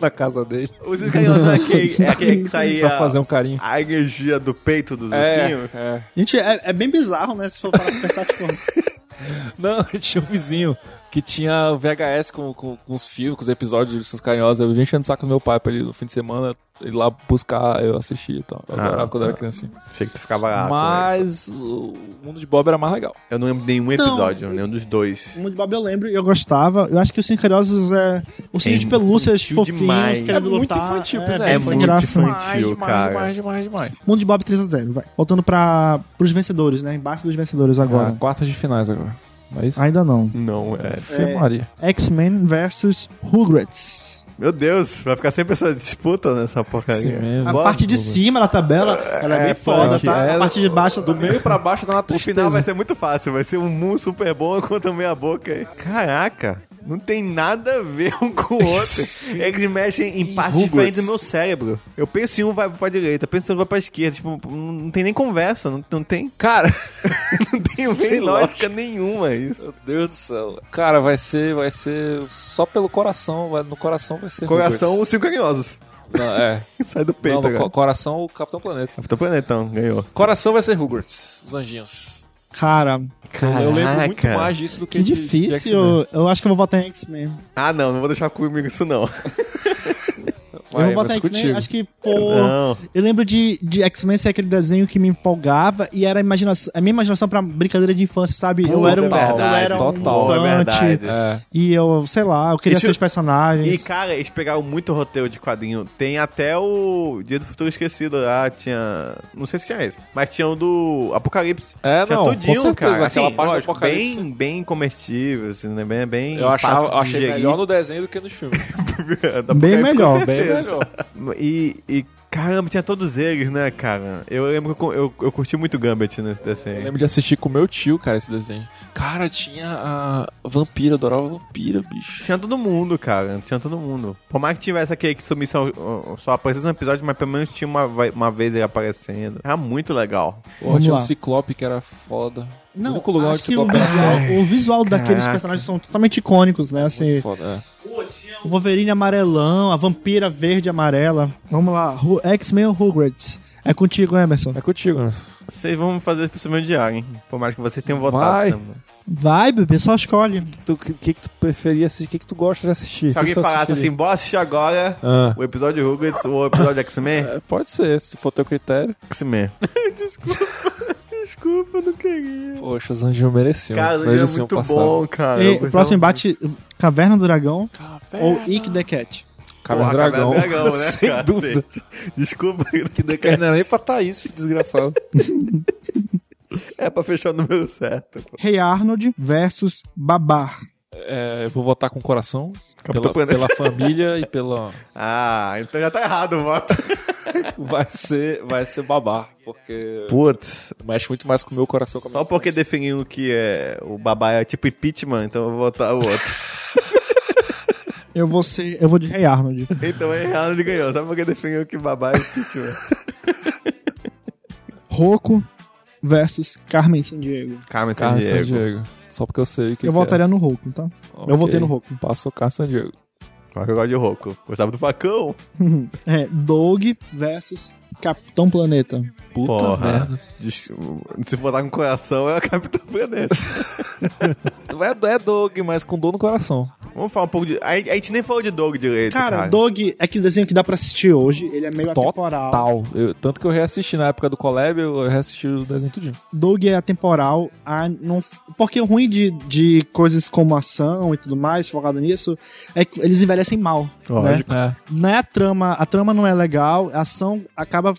Speaker 3: na casa dele.
Speaker 1: Os escanhosos é aquele, é *laughs* aquele que saía
Speaker 3: Pra fazer um carinho.
Speaker 1: a energia do peito dos ursinhos.
Speaker 3: é.
Speaker 2: Gente, é, é bem bizarro, né? Se for parar pra pensar, tipo,
Speaker 3: Não, *laughs* tinha um vizinho que tinha VHS com, com, com os filmes, com os episódios dos seus carinhosos. Eu vivia enchendo o saco do meu pai pra ele no fim de semana ir lá buscar, eu assistia e tal. Eu
Speaker 1: Ah,
Speaker 3: adorava quando eu
Speaker 1: tá.
Speaker 3: era criancinha.
Speaker 1: Achei que tu ficava. Mas...
Speaker 3: Mas o mundo de Bob era mais legal.
Speaker 1: Eu não lembro de nenhum
Speaker 2: Não.
Speaker 1: episódio, nenhum dos
Speaker 2: o
Speaker 1: dois.
Speaker 2: Mundo um de Bob eu lembro e eu gostava. Eu acho que os Ursinhos Carinhosos é... Ursinhos
Speaker 1: É
Speaker 2: de pelúcias
Speaker 1: infantil
Speaker 2: fofinhos,
Speaker 1: demais.
Speaker 2: querendo lutar.
Speaker 3: pois
Speaker 1: é,
Speaker 2: sem
Speaker 1: muito
Speaker 2: graça.
Speaker 1: infantil. cara.
Speaker 3: demais, demais, demais.
Speaker 2: Mundo de Bob 3x0, vai. Voltando pra, pros vencedores, né? Embaixo dos vencedores
Speaker 3: Agora,
Speaker 2: agora.
Speaker 3: quartas de finais agora. Não é isso?
Speaker 2: Ainda não.
Speaker 1: Não, é.
Speaker 3: Fê Maria.
Speaker 2: X-Men versus Rugrats.
Speaker 1: Meu Deus, vai ficar sempre essa disputa nessa porcaria.
Speaker 3: Sim mesmo.
Speaker 2: A
Speaker 3: Bora,
Speaker 2: parte de
Speaker 3: Rugrats.
Speaker 2: cima da tabela, ela é,
Speaker 1: É,
Speaker 2: bem foda,
Speaker 1: punk.
Speaker 2: tá?
Speaker 3: É,
Speaker 2: A parte de baixo
Speaker 3: Do meio pra baixo dá uma
Speaker 1: O
Speaker 3: tristeza.
Speaker 1: final vai ser muito fácil, vai ser um mu super bom *laughs* contra meia boca. aí. Caraca, não tem nada a ver um com o *laughs* outro. É Eles mexem em partes
Speaker 3: Rugrats.
Speaker 1: diferentes do meu cérebro. Eu penso em um vai pra direita, penso em outro vai pra esquerda. Tipo, não não tem nem conversa, não, não tem, *laughs*
Speaker 3: Cara,
Speaker 1: não tem nem
Speaker 3: Sem
Speaker 1: lógica nenhuma isso.
Speaker 3: meu Deus do céu. Cara, vai ser, vai ser só pelo coração, vai- no coração vai ser
Speaker 1: Coração,
Speaker 3: Rugrats.
Speaker 1: os cinco ganhosos.
Speaker 3: Não, é.
Speaker 1: *laughs* Sai do peito
Speaker 3: Não, no
Speaker 1: agora.
Speaker 3: co- coração o Capitão Planeta.
Speaker 1: Capitão Planetão ganhou.
Speaker 3: Coração vai ser Rugrats, os anjinhos.
Speaker 2: Cara,
Speaker 3: Eu lembro muito
Speaker 1: Caraca.
Speaker 3: mais disso do que,
Speaker 2: que
Speaker 3: de- né? de
Speaker 2: difícil.
Speaker 3: X-Men.
Speaker 2: eu, eu acho que eu vou votar em X-Men.
Speaker 1: Ah, não, não vou deixar comigo isso não.
Speaker 2: Eu vou
Speaker 3: Vai, vai
Speaker 2: votar em
Speaker 3: ser
Speaker 2: X-Men,
Speaker 3: contigo.
Speaker 2: acho que, pô...
Speaker 1: Não.
Speaker 2: Eu lembro de, de X-Men ser aquele desenho que me empolgava e era a, imaginação, a minha imaginação pra brincadeira de infância, sabe? eu
Speaker 3: Puta,
Speaker 2: era um,
Speaker 1: é verdade,
Speaker 2: eu era um
Speaker 3: total,
Speaker 1: é
Speaker 2: infante,
Speaker 1: verdade.
Speaker 3: É.
Speaker 2: E eu, sei lá, eu queria
Speaker 1: Isso-
Speaker 2: ser os
Speaker 1: E,
Speaker 2: personagens.
Speaker 1: cara, eles pegaram muito roteiro de quadrinho. Tem até o Dia do Futuro Esquecido lá, tinha... Não sei se tinha esse, mas tinha o do Apocalipse.
Speaker 3: É,
Speaker 1: tinha
Speaker 3: não,
Speaker 1: tudinho,
Speaker 3: com certeza,
Speaker 1: cara. Assim,
Speaker 3: aquela parte do
Speaker 1: lógico,
Speaker 3: Apocalipse.
Speaker 1: Bem, bem comestível, assim, né? Bem, bem
Speaker 3: Eu achava,
Speaker 1: fácil de
Speaker 3: achei
Speaker 1: digerir.
Speaker 3: melhor no desenho do que nos filmes.
Speaker 1: *laughs* Do
Speaker 2: Bem
Speaker 1: Apocalipse,
Speaker 2: melhor.
Speaker 1: com
Speaker 3: Bem
Speaker 1: certeza.
Speaker 3: melhor.
Speaker 1: E... e Caramba, tinha todos eles, né, cara? Eu lembro que eu, eu, eu curti muito Gambit nesse
Speaker 3: Eu
Speaker 1: desenho.
Speaker 3: lembro de assistir com meu tio, cara, esse desenho. Cara, tinha a vampira, eu adorava vampira, bicho.
Speaker 1: Tinha todo mundo, cara. Tinha todo mundo. Por mais que tivesse aquele que sumisse ao- ao- só aparecesse um episódio, mas pelo menos tinha uma, vai- uma vez ele aparecendo. Era muito legal.
Speaker 3: Pô,
Speaker 2: Vamos
Speaker 3: tinha o
Speaker 2: lá.
Speaker 3: Ciclope, que era foda.
Speaker 2: Não,
Speaker 3: o único lugar
Speaker 2: acho
Speaker 3: onde
Speaker 2: que o
Speaker 3: Ciclope era
Speaker 2: visual,
Speaker 3: foda.
Speaker 2: o visual daqueles
Speaker 1: Caraca.
Speaker 2: personagens são totalmente icônicos, né?
Speaker 3: Muito
Speaker 2: Assim,
Speaker 3: foda, é.
Speaker 2: o Wolverine amarelão, a vampira verde e amarela. Vamos lá, Ru- X-Men ou Rugrats? É contigo, Emerson.
Speaker 3: É contigo, Anderson.
Speaker 1: Vocês vão fazer isso pro meu diário, hein? Por mais que vocês tenham votado.
Speaker 3: Vai.
Speaker 1: também.
Speaker 2: Vai, bebê, só escolhe.
Speaker 3: O que, que, que tu preferia assistir? O que, que tu gosta de
Speaker 1: Se
Speaker 3: assistir? O que
Speaker 1: alguém
Speaker 3: que tu
Speaker 1: falasse assim,
Speaker 3: assistiria?
Speaker 1: bora assistir agora
Speaker 3: Ah.
Speaker 1: o episódio Rugrats ou o episódio X-Men,
Speaker 3: É, pode ser, se for teu critério.
Speaker 1: X-Men. Desculpa.
Speaker 5: Desculpa, eu não queria.
Speaker 3: Poxa, os anjinhos mereciam.
Speaker 1: Cara,
Speaker 3: Os
Speaker 1: ele é
Speaker 3: anjinhos tinham
Speaker 1: muito
Speaker 3: passado.
Speaker 1: bom, cara.
Speaker 2: E o próximo embate, Caverna do Dragão ou Ick the Cat.
Speaker 3: Caverna do Dragão.
Speaker 1: Dragão. dragão, né?
Speaker 3: *laughs* Sem
Speaker 1: Cacete.
Speaker 3: dúvida.
Speaker 1: Desculpa. *laughs*
Speaker 3: Que decai não era nem pra Thaís, filho desgraçado.
Speaker 1: É pra fechar o número certo. pô.
Speaker 2: Rei Arnold versus Babar.
Speaker 3: *laughs* É, eu vou votar com o coração. Pela,
Speaker 1: Planeta.
Speaker 3: pela família e pela.
Speaker 1: Ah, então já tá errado o voto.
Speaker 3: Vai ser, vai ser babá. Porque
Speaker 1: Putz.
Speaker 3: mexe muito mais com o meu coração. Com a
Speaker 1: Só
Speaker 3: minha
Speaker 1: porque
Speaker 3: cabeça.
Speaker 1: definiu que é o babá é tipo impeachment, então eu vou votar o outro.
Speaker 2: Eu vou ser, eu vou de Rei Arnold.
Speaker 1: então é errado, ele ganhou. Só porque definiu que babá é impeachment.
Speaker 2: Roco versus Carmen Sandiego.
Speaker 1: Carmen San
Speaker 3: Carlos San
Speaker 1: Diego.
Speaker 3: Diego. Só porque eu sei o que.
Speaker 2: Eu
Speaker 3: que
Speaker 2: votaria no Roco, tá?
Speaker 3: É.
Speaker 2: Eu
Speaker 3: Ok.
Speaker 2: votei no Roco.
Speaker 3: Passou Carlos San Diego.
Speaker 1: Qual que eu gosto de Roco? Gostava do facão.
Speaker 2: É, Doug versus Capitão Planeta.
Speaker 3: Puta
Speaker 1: Porra.
Speaker 3: merda.
Speaker 1: Des- Se for lá com o coração, é a Capitão Planeta.
Speaker 3: É, é Doug, mas com dor no coração.
Speaker 1: *laughs* Vamos falar um pouco de. A, gente- a gente nem falou de Doug direito.
Speaker 2: Cara,
Speaker 1: Cara,
Speaker 2: Doug é aquele desenho que dá pra assistir hoje. Ele é meio atemporal.
Speaker 3: Total. Eu- tanto que eu reassisti na época do Collab, eu reassisti o desenho tudinho.
Speaker 2: Doug é atemporal. A, não, porque o ruim de, de coisas como ação e tudo mais, focado nisso, é que eles envelhecem mal. Né?
Speaker 3: É.
Speaker 2: Não é a trama. A trama não é legal. A ação acaba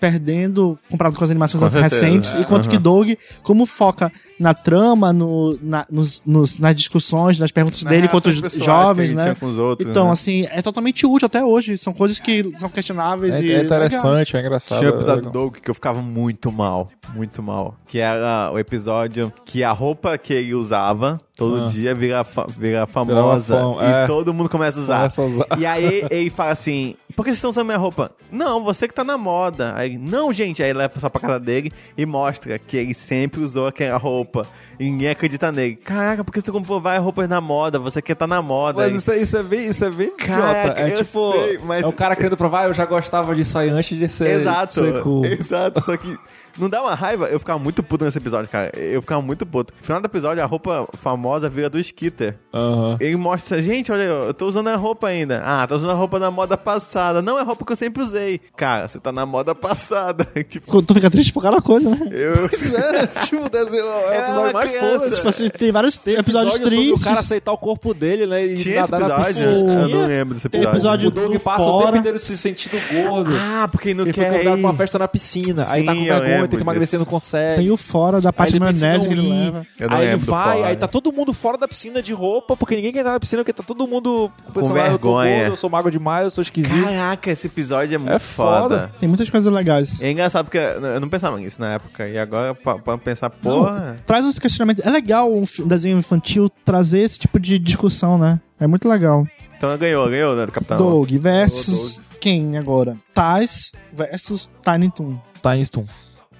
Speaker 2: perdendo comparado com as animações
Speaker 1: Com certeza.
Speaker 2: recentes.
Speaker 3: é.
Speaker 2: Enquanto que Doug, como foca na trama, no, na- nos, nos- nas discussões, nas perguntas
Speaker 1: Né,
Speaker 2: dele quanto os jovens, né?
Speaker 1: Com os outros,
Speaker 2: Então,
Speaker 1: né?
Speaker 2: assim, é totalmente útil até hoje. São coisas que são questionáveis
Speaker 3: É,
Speaker 2: e.
Speaker 3: é interessante, é engraçado.
Speaker 1: Tinha um
Speaker 3: é
Speaker 1: episódio do
Speaker 3: legal.
Speaker 1: Doug que eu ficava muito mal, muito mal. Que era o episódio que a roupa que ele usava todo
Speaker 3: Ah.
Speaker 1: dia vira, fa- vira famosa
Speaker 3: fam-
Speaker 1: e
Speaker 3: é.
Speaker 1: todo mundo começa a usar.
Speaker 3: Começa a usar.
Speaker 1: E aí ele fala assim: Por que vocês estão usando minha roupa? Não, você que tá na moda. Aí, ele, não, gente. Aí ele leva só pra casa dele e mostra que ele sempre usou aquela roupa. E ninguém acredita nele. Caraca, por que você comprou várias roupas na moda? Você quer tá na moda.
Speaker 3: *laughs* Mas
Speaker 1: Aí-
Speaker 3: isso, é- isso é bem, isso é bem
Speaker 1: Caraca,
Speaker 3: idiota. É
Speaker 1: eu
Speaker 3: tipo,
Speaker 1: sei, mas-
Speaker 3: é o cara querendo provar, "Ah, eu já gostava disso aí antes de ser,
Speaker 1: Exato.
Speaker 3: ser cool.
Speaker 1: Exato, só que não dá uma raiva? Eu ficava muito puto nesse episódio, cara. Eu ficava muito puto. No final do episódio, a roupa famosa vira do Skitter.
Speaker 3: Aham.
Speaker 1: Ele mostra, gente, olha, eu tô usando a roupa ainda. Ah, tô usando a roupa da moda passada. Não é a roupa que eu sempre usei. Cara, você tá na moda passada. *laughs* tipo,
Speaker 2: Tu fica triste por cada coisa, né?
Speaker 1: eu.
Speaker 2: É, tipo, desenho,
Speaker 1: é *laughs* o episódio mais foda.
Speaker 2: Você Tipo assim, tem vários episódios
Speaker 3: Episódio sobre
Speaker 2: tristes.
Speaker 3: o cara aceitar o corpo dele, né? E
Speaker 1: Tinha esse
Speaker 3: nadar na
Speaker 1: episódio?
Speaker 3: piscina.
Speaker 1: Eu não lembro desse
Speaker 2: Tem
Speaker 1: episódio.
Speaker 2: episódio
Speaker 3: O Doug
Speaker 2: do
Speaker 3: passa o
Speaker 2: fora. é
Speaker 3: tempo inteiro se sentindo gordo.
Speaker 1: Ah, porque não
Speaker 3: Ele foi
Speaker 1: quer.
Speaker 3: convidado pra uma
Speaker 1: ir.
Speaker 3: festa na piscina, aí tá com
Speaker 1: Sim, eu
Speaker 3: vergonha,
Speaker 1: lembro
Speaker 3: tenta
Speaker 1: disso.
Speaker 3: emagrecer, não consegue.
Speaker 2: Tem o fora da
Speaker 3: Aí
Speaker 2: parte de
Speaker 3: pensa em
Speaker 2: maionese que ele
Speaker 3: não ir.
Speaker 2: leva.
Speaker 1: Eu não
Speaker 3: aí ele
Speaker 1: lembro do
Speaker 3: vai,
Speaker 1: fora.
Speaker 3: aí tá todo mundo fora da piscina de roupa, porque ninguém quer entrar na piscina, porque tá todo mundo pensando, ah, eu tô
Speaker 1: vergonha.
Speaker 3: gordo, eu sou magro demais, eu sou esquisito.
Speaker 1: Caraca, esse episódio é muito
Speaker 3: É foda.
Speaker 1: foda.
Speaker 2: Tem muitas coisas legais.
Speaker 1: É engraçado porque eu não pensava nisso na época. E agora, pra, pra pensar, porra.
Speaker 2: Traz uns questionamentos. É legal um fi- um desenho infantil trazer esse tipo de discussão, né? É muito legal.
Speaker 1: Então ela ganhou, ganhou, né, do Capitão?
Speaker 2: Doug versus quem agora? Taz versus Tiny Toon.
Speaker 3: Tá em Stun.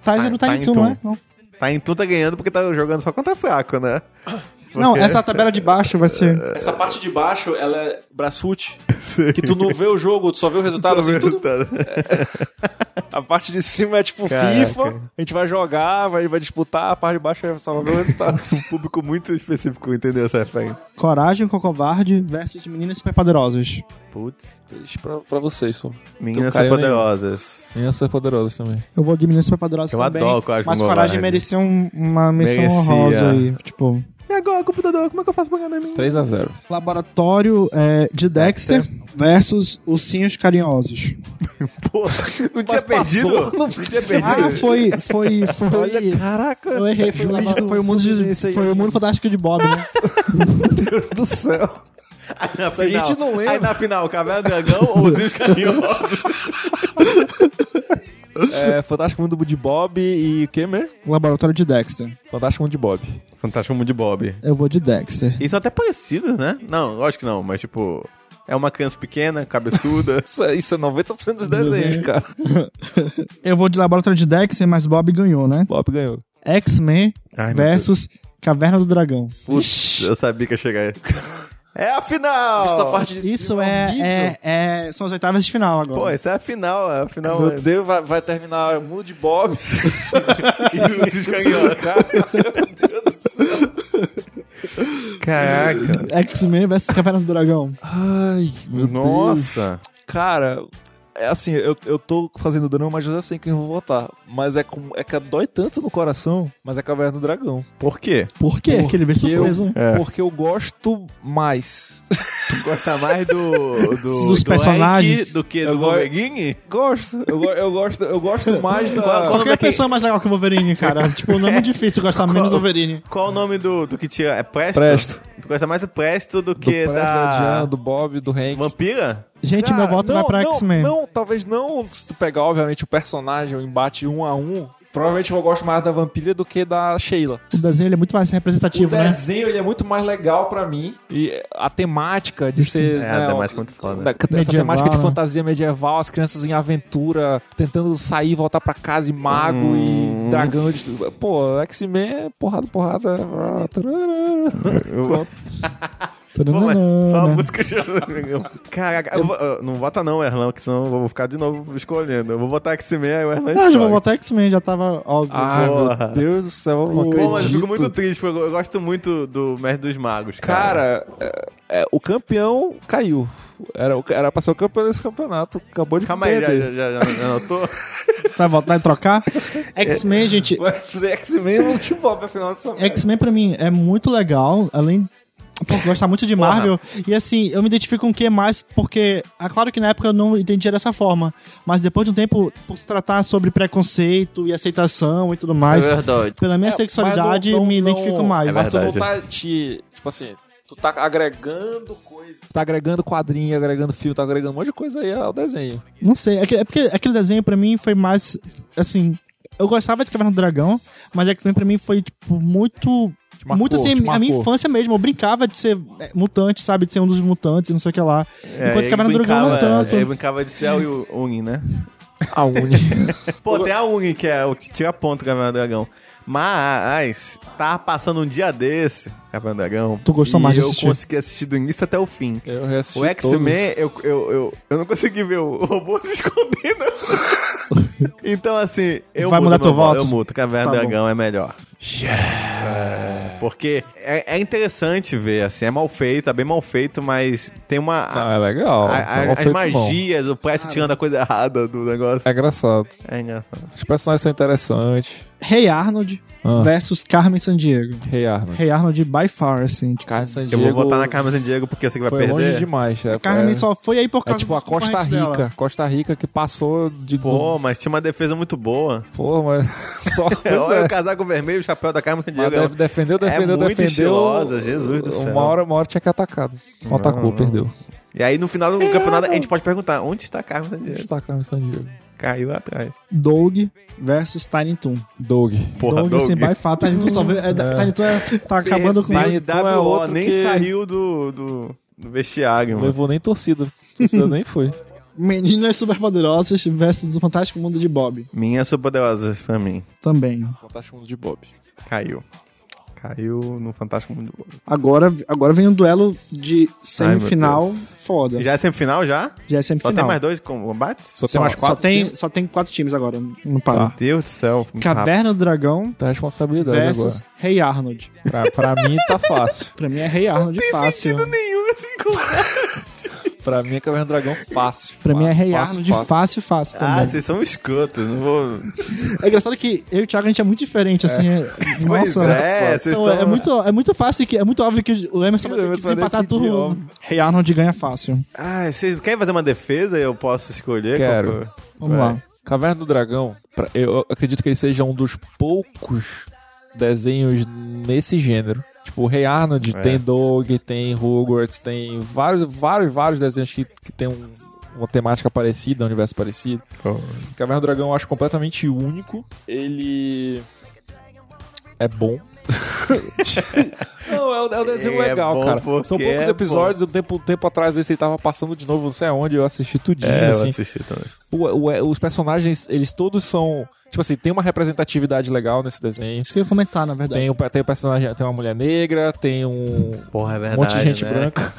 Speaker 2: Taz
Speaker 1: Ti-
Speaker 2: era o Tiny,
Speaker 1: Tiny
Speaker 2: Toon,
Speaker 1: Toon.
Speaker 2: não é? Não.
Speaker 1: Tá em tu tá ganhando porque tá jogando só contra fraco, né?
Speaker 2: Não, essa tabela de baixo vai
Speaker 1: *laughs*
Speaker 2: ser.
Speaker 1: É.
Speaker 3: Essa parte de baixo, ela é braçute, que tu não vê o jogo, tu só vê
Speaker 1: *laughs*
Speaker 3: o resultado. assim, tudo-
Speaker 1: Tá, né?
Speaker 3: A parte de cima é tipo
Speaker 1: Caraca.
Speaker 3: FIFA, a gente vai jogar, vai, vai disputar, a parte de baixo é só ver o *laughs* resultado.
Speaker 1: Um público muito específico entendeu essa referência.
Speaker 2: Coragem com covarde versus meninas superpoderosas.
Speaker 1: Putz.
Speaker 3: Triste pra, pra vocês, só.
Speaker 1: Meninas
Speaker 3: caiu
Speaker 1: poderosas.
Speaker 3: Meninas ser poderosas também.
Speaker 2: Eu vou de meninas superpoderosas
Speaker 1: Eu
Speaker 2: também.
Speaker 1: adoro Coragem
Speaker 2: mas
Speaker 1: com
Speaker 2: coragem
Speaker 1: Covarde.
Speaker 2: merecia um- uma menção
Speaker 1: Merecia.
Speaker 2: honrosa aí. Tipo,
Speaker 1: E agora, computador, como é que eu faço pra ganhar mim?
Speaker 3: 3x0.
Speaker 2: laboratório é, de Dexter versus ursinhos carinhosos.
Speaker 1: Pô, não tinha
Speaker 3: Mas
Speaker 1: perdido?
Speaker 3: passou?
Speaker 1: Não tinha
Speaker 2: Ah,
Speaker 1: perdido.
Speaker 2: foi, foi, foi. *laughs*
Speaker 3: Caraca,
Speaker 2: eu errei, foi, o
Speaker 3: Juiz
Speaker 2: labo-
Speaker 3: do-
Speaker 2: foi o mundo de-
Speaker 3: isso aí.
Speaker 2: foi o mundo fantástico de Bob, né?
Speaker 3: Deus do céu.
Speaker 1: Na
Speaker 3: a
Speaker 1: final.
Speaker 3: gente não lembra.
Speaker 1: Aí na final, Caverna do Dragão ou os Carinhosos?
Speaker 3: É, Fantástico Mundo de Bob e o que mesmo?
Speaker 2: Laboratório de Dexter.
Speaker 3: Fantástico Mundo de Bob.
Speaker 1: Fantástico Mundo de Bob.
Speaker 2: Eu vou de Dexter.
Speaker 1: Isso é até parecido, né? Não, lógico que não, mas tipo... É uma criança pequena, cabeçuda.
Speaker 3: Isso, é- isso é 90% dos desenhos, cara.
Speaker 2: Eu vou de Laboratório de Dexter, mas Bob ganhou, né?
Speaker 3: Bob ganhou.
Speaker 2: X-Men
Speaker 1: Ai, meu
Speaker 2: versus Caverna do Dragão.
Speaker 1: Putz, eu sabia que ia chegar aí. É a final!
Speaker 3: Essa parte de
Speaker 2: Isso é, é, é- São as oitavas de final agora.
Speaker 1: Pô, essa é a final, é a final.
Speaker 3: Meu Deus, vai, vai terminar o mundo de *laughs* Bob.
Speaker 1: Caraca.
Speaker 3: é
Speaker 2: é- X-Men versus Caverna do Dragão.
Speaker 3: Ai,
Speaker 1: Nossa.
Speaker 3: Cara, é assim, eu, eu tô fazendo drama, mas eu já sei quem eu vou votar. Mas é, com, é que dói tanto no coração, mas é Caverna do Dragão. É.
Speaker 1: Por quê?
Speaker 2: Por quê?
Speaker 3: Por
Speaker 2: que ele veio
Speaker 3: que eu-
Speaker 2: surpreso, né?
Speaker 3: Porque eu gosto mais.
Speaker 1: Tu gosta mais do. do
Speaker 2: Dos
Speaker 1: do
Speaker 2: personagens.
Speaker 1: Anki do que
Speaker 3: Eu
Speaker 1: do
Speaker 3: go-
Speaker 1: Wolverine?
Speaker 3: Gosto, eu, go- eu gosto, eu gosto *laughs* mais da.
Speaker 1: Qual- qual-
Speaker 2: Qualquer
Speaker 1: daquele-
Speaker 2: pessoa é mais legal que o Wolverine, *laughs* cara. tipo, não é muito difícil gostar menos do Wolverine.
Speaker 1: Qual o nome do, do que tira? É Presto?
Speaker 3: Presto.
Speaker 1: Tu gosta mais do Presto do
Speaker 3: do
Speaker 1: que
Speaker 3: Presto, é da
Speaker 1: da.
Speaker 3: Jean, do Bob, do Hank.
Speaker 1: Vampira?
Speaker 2: Gente,
Speaker 3: Cara,
Speaker 2: meu voto
Speaker 3: não,
Speaker 2: vai pra
Speaker 3: não,
Speaker 2: X-Men.
Speaker 3: Não, talvez não se tu pegar, obviamente, o personagem, o embate um a um. Provavelmente eu gosto mais da Vampira do que da Sheila.
Speaker 2: O desenho ele é muito mais
Speaker 3: O
Speaker 2: representativo, né?
Speaker 3: desenho ele é muito mais legal pra mim. E a temática de ser.
Speaker 1: É,
Speaker 3: né,
Speaker 1: a temática é muito foda.
Speaker 3: da- essa
Speaker 2: Medieval,
Speaker 3: temática de
Speaker 2: né?
Speaker 3: fantasia medieval, as crianças em aventura, tentando sair, voltar pra casa e mago
Speaker 1: Uhum.
Speaker 3: e dragão. De... Pô, X-Men é porrada,
Speaker 1: *laughs*
Speaker 3: porrada. Pronto.
Speaker 1: Pô, mas só a
Speaker 2: Tananana.
Speaker 1: música já- Caraca, eu vou- eu- não vota não, Erlan, que senão eu vou ficar de novo escolhendo. Eu vou votar X-Men e o Erlan
Speaker 2: Ah, já vou
Speaker 1: escolhe.
Speaker 2: botar X-Men, já tava óbvio.
Speaker 3: Ah,
Speaker 1: Porra.
Speaker 3: meu Deus do céu, eu não
Speaker 1: Pô, mas eu
Speaker 3: acredito.
Speaker 1: fico muito triste, porque eu eu gosto muito do Mestre dos Magos, cara.
Speaker 3: Cara, é- é, o campeão caiu. Era, o- era pra ser o campeão desse campeonato. Acabou de
Speaker 1: Calma aí, já,
Speaker 3: perder.
Speaker 1: já, já, já- já notou?
Speaker 2: Vai, votar- vai trocar?
Speaker 3: *laughs*
Speaker 2: X-Men, gente,
Speaker 3: Vai fazer X-Men no último Bob, afinal dessa merda.
Speaker 2: X-Men pra mim é muito legal, além por gostar muito de Marvel. E assim, eu me identifico com o que mais, porque, é claro que na época eu não entendia dessa forma, mas depois de um tempo, por se tratar sobre preconceito e aceitação e tudo mais,
Speaker 1: verdade.
Speaker 2: pela minha
Speaker 3: É,
Speaker 2: sexualidade,
Speaker 3: mas não-
Speaker 2: me
Speaker 3: não-
Speaker 2: identifico mais.
Speaker 1: É
Speaker 3: Mas tu não
Speaker 1: verdade.
Speaker 3: tá te. Tipo assim, tu tá agregando coisa. Tá agregando quadrinho, agregando filme, tá agregando um monte de coisa aí ao desenho.
Speaker 2: Não sei, é que- é porque aquele desenho pra mim foi mais, assim, eu gostava de Caverna do Dragão, mas X-Men pra mim foi, tipo, muito
Speaker 3: Te marcou,
Speaker 2: muito assim,
Speaker 3: te
Speaker 2: a minha
Speaker 3: marcou.
Speaker 2: infância mesmo, eu brincava de ser é, mutante, sabe? De ser um dos mutantes e não sei o que lá.
Speaker 1: É,
Speaker 2: *laughs* Enquanto
Speaker 1: ele
Speaker 2: Caverna do Dragão não
Speaker 1: brincava-
Speaker 3: é,
Speaker 2: tanto.
Speaker 1: Ele brincava de céu e o Uni, né?
Speaker 3: A Uni.
Speaker 1: Pô, tem a Uni, que é o que tira ponto do Caverna do Dragão. Mas, tava passando um dia desse, Caverna do Dragão.
Speaker 2: Tu gostou
Speaker 1: e
Speaker 2: mais de
Speaker 1: eu
Speaker 2: assistir?
Speaker 1: consegui assistir do início até o fim.
Speaker 3: *laughs* Eu reassisti
Speaker 1: O X-Men, eu, eu, eu, eu não consegui ver o robô se
Speaker 2: *laughs*
Speaker 1: escondendo. então, assim, eu
Speaker 2: Vai
Speaker 1: mudo
Speaker 2: mudar
Speaker 1: meu
Speaker 2: teu voto?
Speaker 1: Eu mudo, Caverna
Speaker 2: Tá
Speaker 1: do Dragão é melhor. É, Porque é, é interessante ver, assim, é mal feito, é bem mal feito, mas tem uma...
Speaker 3: Não, é legal.
Speaker 1: a- a-
Speaker 3: é um
Speaker 1: as
Speaker 3: feito bom.
Speaker 1: magias, o Presto tirando a coisa errada do negócio.
Speaker 3: É engraçado.
Speaker 1: É, engraçado.
Speaker 3: Os personagens são interessantes.
Speaker 2: Rei Arnold
Speaker 3: Ah.
Speaker 2: versus Carmen Sandiego.
Speaker 3: Rei Arnold.
Speaker 2: Rei Arnold by far, assim. Tipo,
Speaker 3: Carmen Sandiego.
Speaker 1: Eu vou votar na Carmen Sandiego porque eu sei que vai
Speaker 3: Foi longe
Speaker 1: perder.
Speaker 3: demais. É,
Speaker 2: Carmen
Speaker 3: é-
Speaker 2: só foi aí por
Speaker 3: É
Speaker 2: causa
Speaker 3: tipo a
Speaker 2: dos
Speaker 3: Costa
Speaker 2: concorrentes
Speaker 3: Rica.
Speaker 2: dela.
Speaker 3: Costa Rica que passou de.
Speaker 1: Pô, mas tinha uma defesa muito boa.
Speaker 3: Pô, mas *laughs* só. Pois
Speaker 1: Olha
Speaker 3: é.
Speaker 1: o casaco vermelho, o chapéu da Carmen
Speaker 3: Mas
Speaker 1: Sandiego.
Speaker 3: def- defendeu, defendeu,
Speaker 1: é muito
Speaker 3: defendeu.
Speaker 1: estilosa, Jesus do céu.
Speaker 3: Uma hora, uma hora tinha que atacado. Não atacou, perdeu.
Speaker 1: E aí no final do campeonato a gente pode perguntar onde está Carmen Sandiego?
Speaker 3: Destacar Carmen Sandiego.
Speaker 1: Caiu atrás.
Speaker 2: Doug versus Tiny Toon.
Speaker 3: Doug.
Speaker 2: Doug, assim, by far. Tiny Toon só veio... É, da- Tiny Toon é- tá acabando com...
Speaker 3: Tiny-
Speaker 1: W.O.
Speaker 3: é outro
Speaker 1: nem
Speaker 3: que-
Speaker 1: saiu do, do, do vestiário,
Speaker 3: Não
Speaker 1: mano.
Speaker 3: levou nem torcida.
Speaker 1: *laughs*
Speaker 3: Torcida nem foi.
Speaker 2: Meninas Superpoderosas versus o Fantástico Mundo de Bob.
Speaker 1: Minhas superpoderosas pra mim.
Speaker 2: Também.
Speaker 3: Fantástico Mundo de Bob.
Speaker 1: Caiu. Caiu no Fantástico Mundo. do Bob.
Speaker 2: Agora, agora vem um duelo de semifinal
Speaker 1: Deus.
Speaker 2: foda.
Speaker 1: Já é semifinal já?
Speaker 2: Já é
Speaker 1: Só
Speaker 2: semifinal.
Speaker 1: tem mais dois combates?
Speaker 3: Só tem mais quatro.
Speaker 2: Só tem,
Speaker 3: times.
Speaker 2: só tem quatro times agora, não para.
Speaker 1: Meu Deus do céu. muito rápido.
Speaker 2: Caverna do Dragão
Speaker 3: Tá a responsabilidade
Speaker 2: versus Rei Arnold.
Speaker 3: agora. Pra, pra mim tá fácil.
Speaker 2: Pra mim é Rei Arnold fácil.
Speaker 1: Nenhum assim combate.
Speaker 3: Pra mim é Caverna do Dragão fácil.
Speaker 2: Pra mim é
Speaker 3: Fácil,
Speaker 2: Rei
Speaker 3: fácil,
Speaker 2: Arnold fácil, fácil,
Speaker 1: Ah,
Speaker 2: também.
Speaker 1: vocês são escrotos. Não vou...
Speaker 2: É engraçado que eu e o Thiago a gente é muito diferente, assim. É.
Speaker 1: Pois
Speaker 2: Nossa,
Speaker 1: é, vocês
Speaker 2: Então,
Speaker 1: estão...
Speaker 2: é, muito, é muito fácil, que, é muito óbvio que o Emerson vai ter que
Speaker 3: Emerson vai
Speaker 2: desempatar
Speaker 3: decidir,
Speaker 2: tudo.
Speaker 3: óbvio.
Speaker 2: Rei Arnold ganha fácil.
Speaker 1: Ah, vocês querem fazer uma defesa e eu posso escolher? qual
Speaker 3: Quero.
Speaker 1: foi?
Speaker 2: Vamos
Speaker 1: Vai.
Speaker 2: lá.
Speaker 3: Caverna do Dragão, pra- eu acredito que ele seja um dos poucos desenhos nesse gênero. Tipo, o Rei Arnold
Speaker 1: É.
Speaker 3: tem Dog, tem Hogwarts, tem vários, vários, vários desenhos que, que tem um- uma temática parecida, um universo parecido. Caverna do Dragão eu acho completamente único. Ele é bom. *laughs* não, é um, é um desenho
Speaker 1: É
Speaker 3: legal,
Speaker 1: bom
Speaker 3: cara. São
Speaker 1: porque
Speaker 3: poucos
Speaker 1: é
Speaker 3: episódios. Um tempo, um tempo atrás desse ele tava passando de novo, não sei aonde, eu assisti tudinho,
Speaker 1: É, eu
Speaker 3: assim.
Speaker 1: assisti também.
Speaker 3: O- o- os personagens, eles todos são. Tipo assim, tem uma representatividade legal nesse desenho.
Speaker 2: Isso que eu ia comentar, na verdade.
Speaker 3: Tem o, tem o personagem, tem uma mulher negra, tem um
Speaker 1: Porra, é
Speaker 2: né?
Speaker 3: monte de gente branca.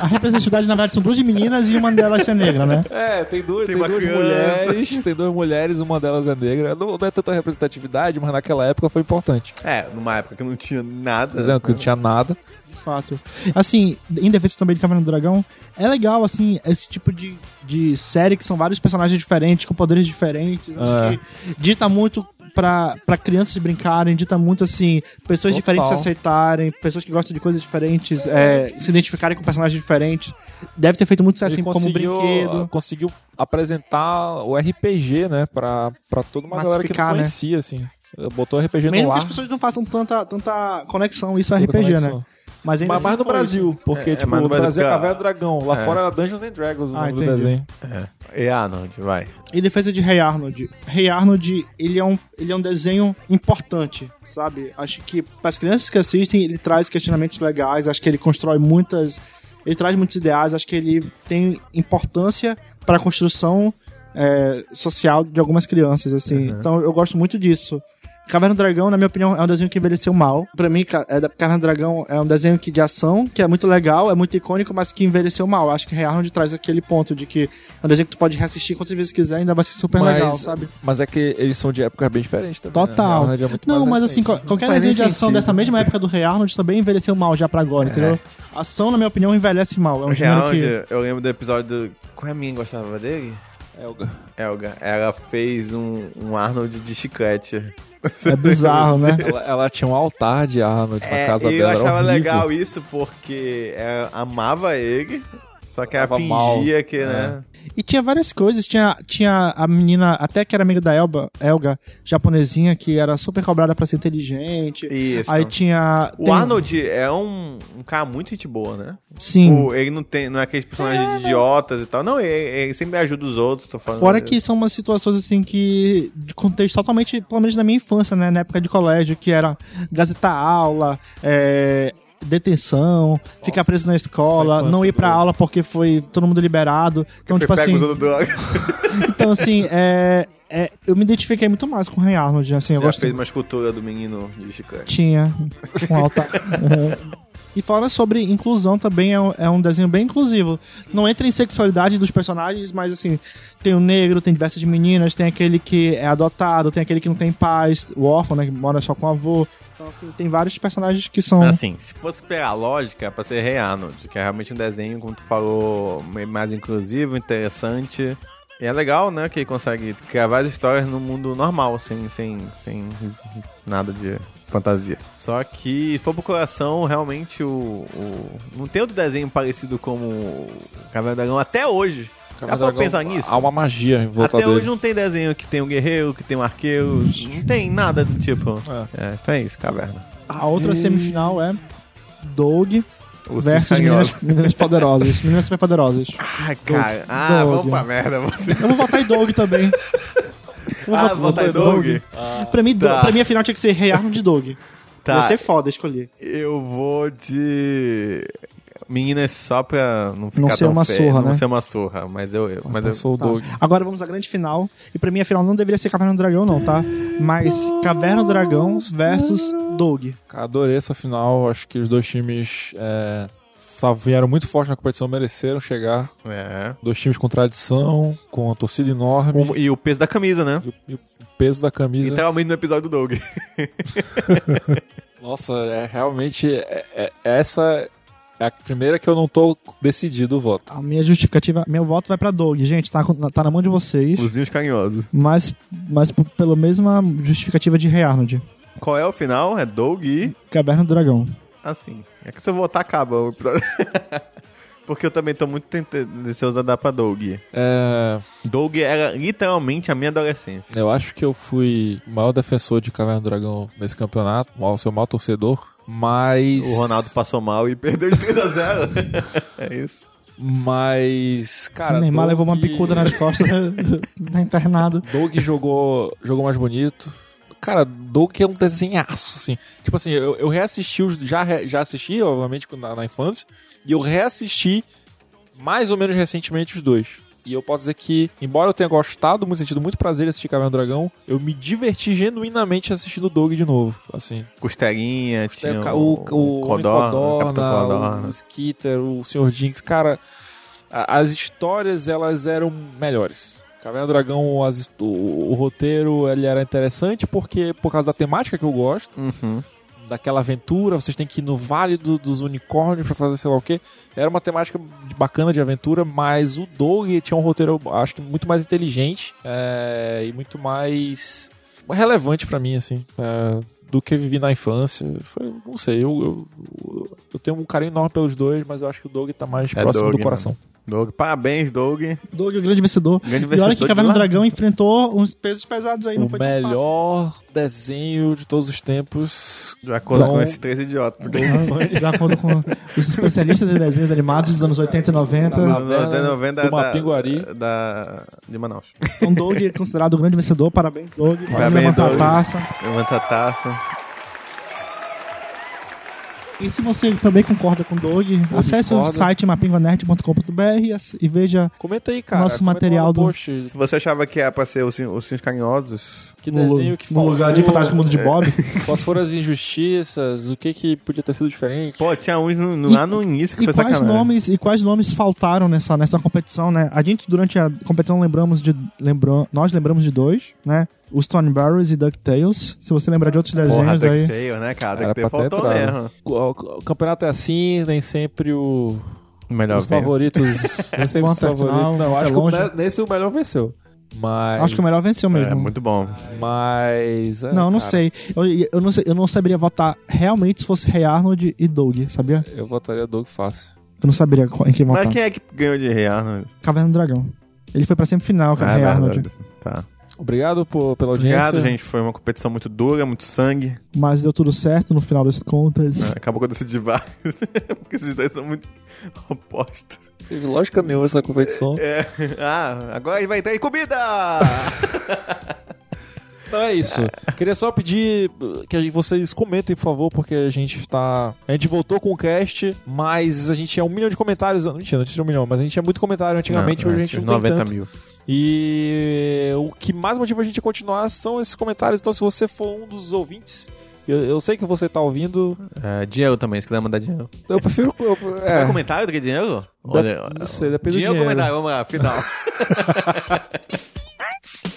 Speaker 2: A representatividade, na verdade, são duas meninas e uma delas *laughs* é negra, né?
Speaker 3: É, tem duas, tem
Speaker 1: uma
Speaker 3: duas
Speaker 1: criança.
Speaker 3: mulheres, *laughs* tem duas mulheres, uma delas é negra. Não, não é tanta representatividade, mas naquela época foi importante.
Speaker 1: É, numa época que não tinha
Speaker 3: Tá dizendo
Speaker 1: nada.
Speaker 3: que não tinha nada.
Speaker 2: De fato. Assim, em defesa também de Caverna do Dragão, é legal, assim, esse tipo de, de série que são vários personagens diferentes, com poderes diferentes. Acho
Speaker 3: É.
Speaker 2: que dita muito pra, pra crianças brincarem, dita muito, assim, pessoas
Speaker 3: Total.
Speaker 2: diferentes se aceitarem, pessoas que gostam de coisas diferentes, é, se identificarem com personagens diferentes. Deve ter feito muito sucesso, assim,
Speaker 3: Ele
Speaker 2: como brinquedo.
Speaker 3: conseguiu apresentar o RPG, né, pra, pra toda uma galera que não
Speaker 2: Massificar, né?
Speaker 3: conhecia, assim. Botou RPG
Speaker 2: Mesmo
Speaker 3: no
Speaker 2: que
Speaker 3: ar.
Speaker 2: as pessoas não façam tanta, tanta conexão, isso é
Speaker 3: toda
Speaker 2: RPG,
Speaker 3: conexão.
Speaker 2: né? Mas ainda
Speaker 3: Mas
Speaker 2: assim
Speaker 3: mais no
Speaker 2: foi.
Speaker 3: Brasil, porque,
Speaker 1: É,
Speaker 3: tipo,
Speaker 1: mas
Speaker 3: no
Speaker 1: no Brasil
Speaker 3: Brasil é
Speaker 1: fica-
Speaker 3: Caverna do Dragão. Lá
Speaker 1: É.
Speaker 3: fora era Dungeons and Dragons o
Speaker 2: Ah,
Speaker 3: nome do
Speaker 2: entendi.
Speaker 3: desenho.
Speaker 1: É, Arnold, vai.
Speaker 2: Em defesa de Rei Arnold. Rei Arnold, ele é um, ele é um desenho importante, sabe? Acho que para as crianças que assistem, ele traz questionamentos legais, acho que ele constrói muitas. Ele traz muitos ideais, acho que ele tem importância para a construção é, social de algumas crianças, assim. Então eu gosto muito disso. Caverna do Dragão, na minha opinião, é um desenho que envelheceu mal. Pra mim, ca- é da- Caverna do Dragão é um desenho que, de ação, que é muito legal, é muito icônico, mas que envelheceu mal. Acho que Rei Arnold traz aquele ponto de que é um desenho que tu pode reassistir quantas vezes quiser, ainda vai ser super
Speaker 3: Mas-
Speaker 2: legal, sabe?
Speaker 3: Mas é que eles são de épocas bem diferentes também. né?
Speaker 2: Total.
Speaker 3: Arnold é muito
Speaker 2: não,
Speaker 3: mais
Speaker 2: mas assim,
Speaker 3: recente.
Speaker 2: qual- qualquer
Speaker 1: faz
Speaker 2: desenho de
Speaker 1: nem
Speaker 2: ação
Speaker 1: sentido.
Speaker 2: dessa mesma época do Rei Arnold também envelheceu mal já pra agora, entendeu? Ação, na minha opinião, envelhece mal. É um
Speaker 1: O
Speaker 2: gênero
Speaker 1: Arnold,
Speaker 2: que.
Speaker 1: eu lembro do episódio. Do... Qual é a minha que gostava dele?
Speaker 2: assim-
Speaker 3: Elga.
Speaker 1: Elga. Ela fez um, um Arnold de chiclete.
Speaker 2: É bizarro, né?
Speaker 3: Ela, ela tinha um altar de Arnold na
Speaker 1: É,
Speaker 3: casa
Speaker 1: e
Speaker 3: dela.
Speaker 1: eu
Speaker 3: era
Speaker 1: achava
Speaker 3: horrível.
Speaker 1: legal isso porque ela amava ele, só que ela
Speaker 3: Tava
Speaker 1: fingia
Speaker 3: mal.
Speaker 1: que, né?
Speaker 2: E tinha várias coisas. Tinha, tinha a menina, até que era amiga da Elba, Elga, japonesinha, que era super cobrada pra ser inteligente.
Speaker 1: Isso.
Speaker 2: Aí tinha.
Speaker 1: O
Speaker 2: tem-
Speaker 1: Arnold é um, um cara muito gente boa, né?
Speaker 2: Sim.
Speaker 1: O- ele não tem, não é aqueles personagens idiotas e tal. Não, ele, ele sempre ajuda os outros, tô falando.
Speaker 2: Fora
Speaker 1: dele.
Speaker 2: que são umas situações assim que. de contexto totalmente, pelo menos na minha infância, né? Na época de colégio, que era gazetar aula, é, detenção, ficar preso na escola,
Speaker 3: infância
Speaker 2: não ir pra
Speaker 3: do-
Speaker 2: aula porque foi todo mundo liberado. Então,
Speaker 1: é Foi
Speaker 2: tipo
Speaker 1: pego
Speaker 2: assim.
Speaker 1: usando *laughs* droga.
Speaker 2: Então, assim, é, é, eu me identifiquei muito mais com o Ray Arnold, assim, eu
Speaker 1: Já
Speaker 2: gosto
Speaker 1: fez uma escultura do menino de chiclete.
Speaker 2: Tinha. Um altar. Uhum. E fora sobre inclusão também, é um, é um desenho bem inclusivo. Não entra em sexualidade dos personagens, mas assim, tem o negro, tem diversas meninas, tem aquele que é adotado, tem aquele que não tem pais, o órfão, né, que mora só com o avô. Então, assim, tem vários personagens que são...
Speaker 1: Assim, se fosse pela lógica, é pra ser Rei Arnold, que é realmente um desenho, como tu falou, meio mais inclusivo, interessante. E é legal, né, que ele consegue criar várias histórias no mundo normal, sem, sem, sem nada de fantasia. Só que, se for pro coração, realmente o, o- Não tem outro desenho parecido como o Caverna do Dragão até hoje. Já
Speaker 3: Caverna do
Speaker 1: pra
Speaker 3: Dragão,
Speaker 1: pensar nisso?
Speaker 3: Há uma magia em volta
Speaker 1: Até
Speaker 3: dele.
Speaker 1: hoje não tem desenho que tem um guerreiro, que tem um arqueiro, não tem nada do tipo. É, então é isso, caverna.
Speaker 2: A outra semifinal é Doug
Speaker 1: O
Speaker 2: versus
Speaker 1: Cinco
Speaker 2: meninas,
Speaker 1: *laughs*
Speaker 2: meninas Poderosas. Meninas Super Poderosas.
Speaker 1: Ah, cara. Ah,
Speaker 2: Doug.
Speaker 1: vamos pra merda. Você.
Speaker 2: Eu vou votar em Doug também. Eu
Speaker 1: Ah, votar em Doug?
Speaker 2: Pra mim,
Speaker 1: tá.
Speaker 2: pra mim, afinal, tinha que ser Rei Arnold de Doug.
Speaker 1: Tá.
Speaker 2: Ia ser é foda escolher.
Speaker 1: Eu vou de. Meninas só pra não ficar
Speaker 2: ser
Speaker 1: tão
Speaker 2: uma
Speaker 1: feio,
Speaker 2: surra,
Speaker 1: não
Speaker 2: né?
Speaker 1: ser uma surra, mas eu. eu- mas eu...
Speaker 3: Passou o
Speaker 2: Tá.
Speaker 3: Doug.
Speaker 2: Agora vamos à grande final. E pra mim a final não deveria ser Caverna do Dragão, não, tá? Mas Caverna do Dragão versus Doug.
Speaker 3: Cara, adorei essa final. Acho que os dois times é, tá- vieram muito forte na competição, mereceram chegar.
Speaker 1: É.
Speaker 3: Dois times com tradição, com a torcida enorme.
Speaker 1: O- e o peso da camisa, né?
Speaker 3: E o- E o peso da camisa.
Speaker 1: Literalmente no episódio do Doug.
Speaker 3: Nossa, é realmente. é- é- essa é a primeira que eu não tô decidido o voto.
Speaker 2: A minha justificativa, meu voto vai pra Doug, gente. Tá, com- tá na mão de vocês.
Speaker 1: Luzinhos carinhosos.
Speaker 2: Mas, mas p- pelo mesma justificativa de Rei Arnold.
Speaker 1: Qual é o final? É Doug e.
Speaker 2: Caverna do Dragão.
Speaker 1: Assim. É que se eu voltar, acaba o episódio. *laughs* Porque eu também tô muito tendencioso a dar pra Doug.
Speaker 3: É,
Speaker 1: Doug era literalmente a minha adolescência.
Speaker 3: eu acho que eu fui o maior defensor de Caverna do Dragão nesse campeonato, o maior- seu maior torcedor. Mas.
Speaker 1: O Ronaldo passou mal e *laughs* perdeu de
Speaker 3: *laughs*
Speaker 1: 3x0. é isso.
Speaker 3: Mas. Cara.
Speaker 2: o Neymar
Speaker 3: Doug-
Speaker 2: levou uma picuda nas costas, *laughs* tá internado.
Speaker 3: Doug jogou, jogou mais bonito. Cara, Doug é um desenhaço, assim. Tipo assim, eu, eu reassisti, os- já, re- já assisti, obviamente, na, na infância, e eu reassisti mais ou menos recentemente os dois. E eu posso dizer que, embora eu tenha gostado, muito sentido muito prazer em assistir Caverna do Dragão, eu me diverti genuinamente assistindo o Doug de novo. Assim,
Speaker 1: Costelinha, tinha
Speaker 3: o, o, o, Homem
Speaker 1: Codorna, o
Speaker 3: Codorna,
Speaker 1: Capitão
Speaker 3: o
Speaker 1: Codorna.
Speaker 3: Skitter, o Sr. Jinx, cara, a- as histórias elas eram melhores. Caverna do Dragão, as his- o, o roteiro ele era interessante porque por causa da temática que eu gosto
Speaker 1: Uhum.
Speaker 3: daquela aventura, vocês têm que ir no Vale do- dos Unicórnios pra fazer sei lá o quê. Era uma temática de- bacana de aventura, mas o Doug tinha um roteiro, acho que muito mais inteligente é, e muito mais relevante pra mim, assim, é, do que vivi na infância. Foi- não sei, eu, eu, eu tenho um carinho enorme pelos dois, mas eu acho que o Doug tá mais
Speaker 1: É
Speaker 3: próximo
Speaker 1: Doug,
Speaker 3: do coração.
Speaker 1: Doug, parabéns, Doug.
Speaker 2: Doug é o grande vencedor.
Speaker 1: Grande
Speaker 2: E olha
Speaker 1: vencedor
Speaker 2: que
Speaker 1: de
Speaker 2: Caverna do
Speaker 1: lá.
Speaker 2: Dragão enfrentou uns pesos pesados aí, não
Speaker 3: o
Speaker 2: foi tão fácil.
Speaker 3: melhor desenho de todos os tempos.
Speaker 1: De acordo
Speaker 3: Então-
Speaker 1: com esses três idiotas. *laughs*
Speaker 2: Ah, De acordo com os especialistas em desenhos animados dos anos 80 e 90,
Speaker 3: Taverna
Speaker 1: Da novena
Speaker 3: do
Speaker 1: da-
Speaker 3: Mapinguari.
Speaker 1: da- de Manaus.
Speaker 2: um Doug é considerado o grande vencedor. Parabéns, Doug. Pode
Speaker 1: Parabéns,
Speaker 2: levantar
Speaker 1: Doug.
Speaker 2: a taça.
Speaker 1: Levanta a taça.
Speaker 2: E se você também concorda com o Doug, acesse o
Speaker 3: discorda.
Speaker 2: site mapingonerd.com.br e ass- e veja
Speaker 3: Comenta aí, cara.
Speaker 2: Nosso
Speaker 3: comenta lá no
Speaker 2: material do-
Speaker 3: post,
Speaker 1: Se você achava que era pra ser os, sin- os Sims Carinhosos,
Speaker 3: Que
Speaker 2: no,
Speaker 3: desenho que
Speaker 2: no lugar de
Speaker 3: faltou.
Speaker 2: Fantástico
Speaker 1: É.
Speaker 2: Mundo
Speaker 1: *laughs*
Speaker 2: de Bob.
Speaker 3: Quais foram as injustiças? O que que podia ter sido diferente?
Speaker 1: pô, tinha uns no- no-
Speaker 2: E-
Speaker 1: lá no início que
Speaker 2: E
Speaker 1: foi
Speaker 2: quais,
Speaker 1: sacanagem.
Speaker 2: nomes, e quais nomes faltaram nessa, nessa competição, né? A gente, durante a competição, lembramos de. Lembram, nós lembramos de dois, né? Os Stone Barrels e DuckTales. Se você lembrar de outros
Speaker 1: Porra,
Speaker 2: desenhos
Speaker 1: tá
Speaker 2: aí.
Speaker 1: cheio, né, cara?
Speaker 3: Era
Speaker 1: Era
Speaker 3: pra ter
Speaker 1: faltou
Speaker 3: entrado.
Speaker 1: mesmo.
Speaker 3: O, o- o campeonato é assim, nem sempre o-
Speaker 1: Melhor
Speaker 3: os favoritos. *laughs* nem
Speaker 1: é
Speaker 3: sempre
Speaker 2: Bom,
Speaker 3: os
Speaker 2: até o
Speaker 3: favoritos.
Speaker 2: é final,
Speaker 3: Não,
Speaker 2: até
Speaker 3: acho que o
Speaker 2: longe.
Speaker 3: ne- nesse o melhor venceu. Mas.
Speaker 2: Acho que o melhor venceu mesmo.
Speaker 1: É, muito bom.
Speaker 3: Mas. é,
Speaker 2: não, não
Speaker 3: cara,
Speaker 2: sei. Eu, eu não sei. Eu não saberia votar realmente se fosse Rei Arnold e Doug, sabia?
Speaker 3: Eu votaria Doug fácil.
Speaker 2: Eu não saberia qual- em quem votar.
Speaker 1: Mas quem é que ganhou de Rei Arnold?
Speaker 2: Caverna do Dragão. Ele foi pra semifinal, cara.
Speaker 1: Ah,
Speaker 2: Rei Arnold.
Speaker 1: verdade. Tá.
Speaker 3: Obrigado por, pela audiência.
Speaker 1: Obrigado, gente. Foi uma competição muito dura, muito sangue.
Speaker 2: Mas deu tudo certo no final das contas.
Speaker 1: É, Acabou que eu decidi vários. *laughs* Porque esses dois são muito opostos.
Speaker 3: Teve lógica nenhuma essa competição.
Speaker 1: É. Ah, agora ele vai entrar em comida!
Speaker 3: *laughs* Então é isso. Queria só pedir que a gente- vocês comentem, por favor, porque a gente está. A gente voltou com o cast, mas a gente é um milhão de comentários. Mentira, não tinha um milhão, mas a gente é muito comentário antigamente,
Speaker 1: Não,
Speaker 3: hoje a
Speaker 1: antes,
Speaker 2: é,
Speaker 3: gente não tem
Speaker 1: 90
Speaker 3: tanto.
Speaker 1: mil.
Speaker 3: E o que mais motiva a gente a continuar são esses comentários. Então, se você for um dos ouvintes. Eu, eu sei que você tá ouvindo.
Speaker 1: É, dinheiro também, se quiser mandar dinheiro.
Speaker 3: Eu prefiro. Eu,
Speaker 1: É.
Speaker 3: é,
Speaker 1: comentário do que dinheiro?
Speaker 3: Dep- não sei, depende do
Speaker 1: dinheiro.
Speaker 3: dinheiro.
Speaker 1: comentário, vamos lá, final.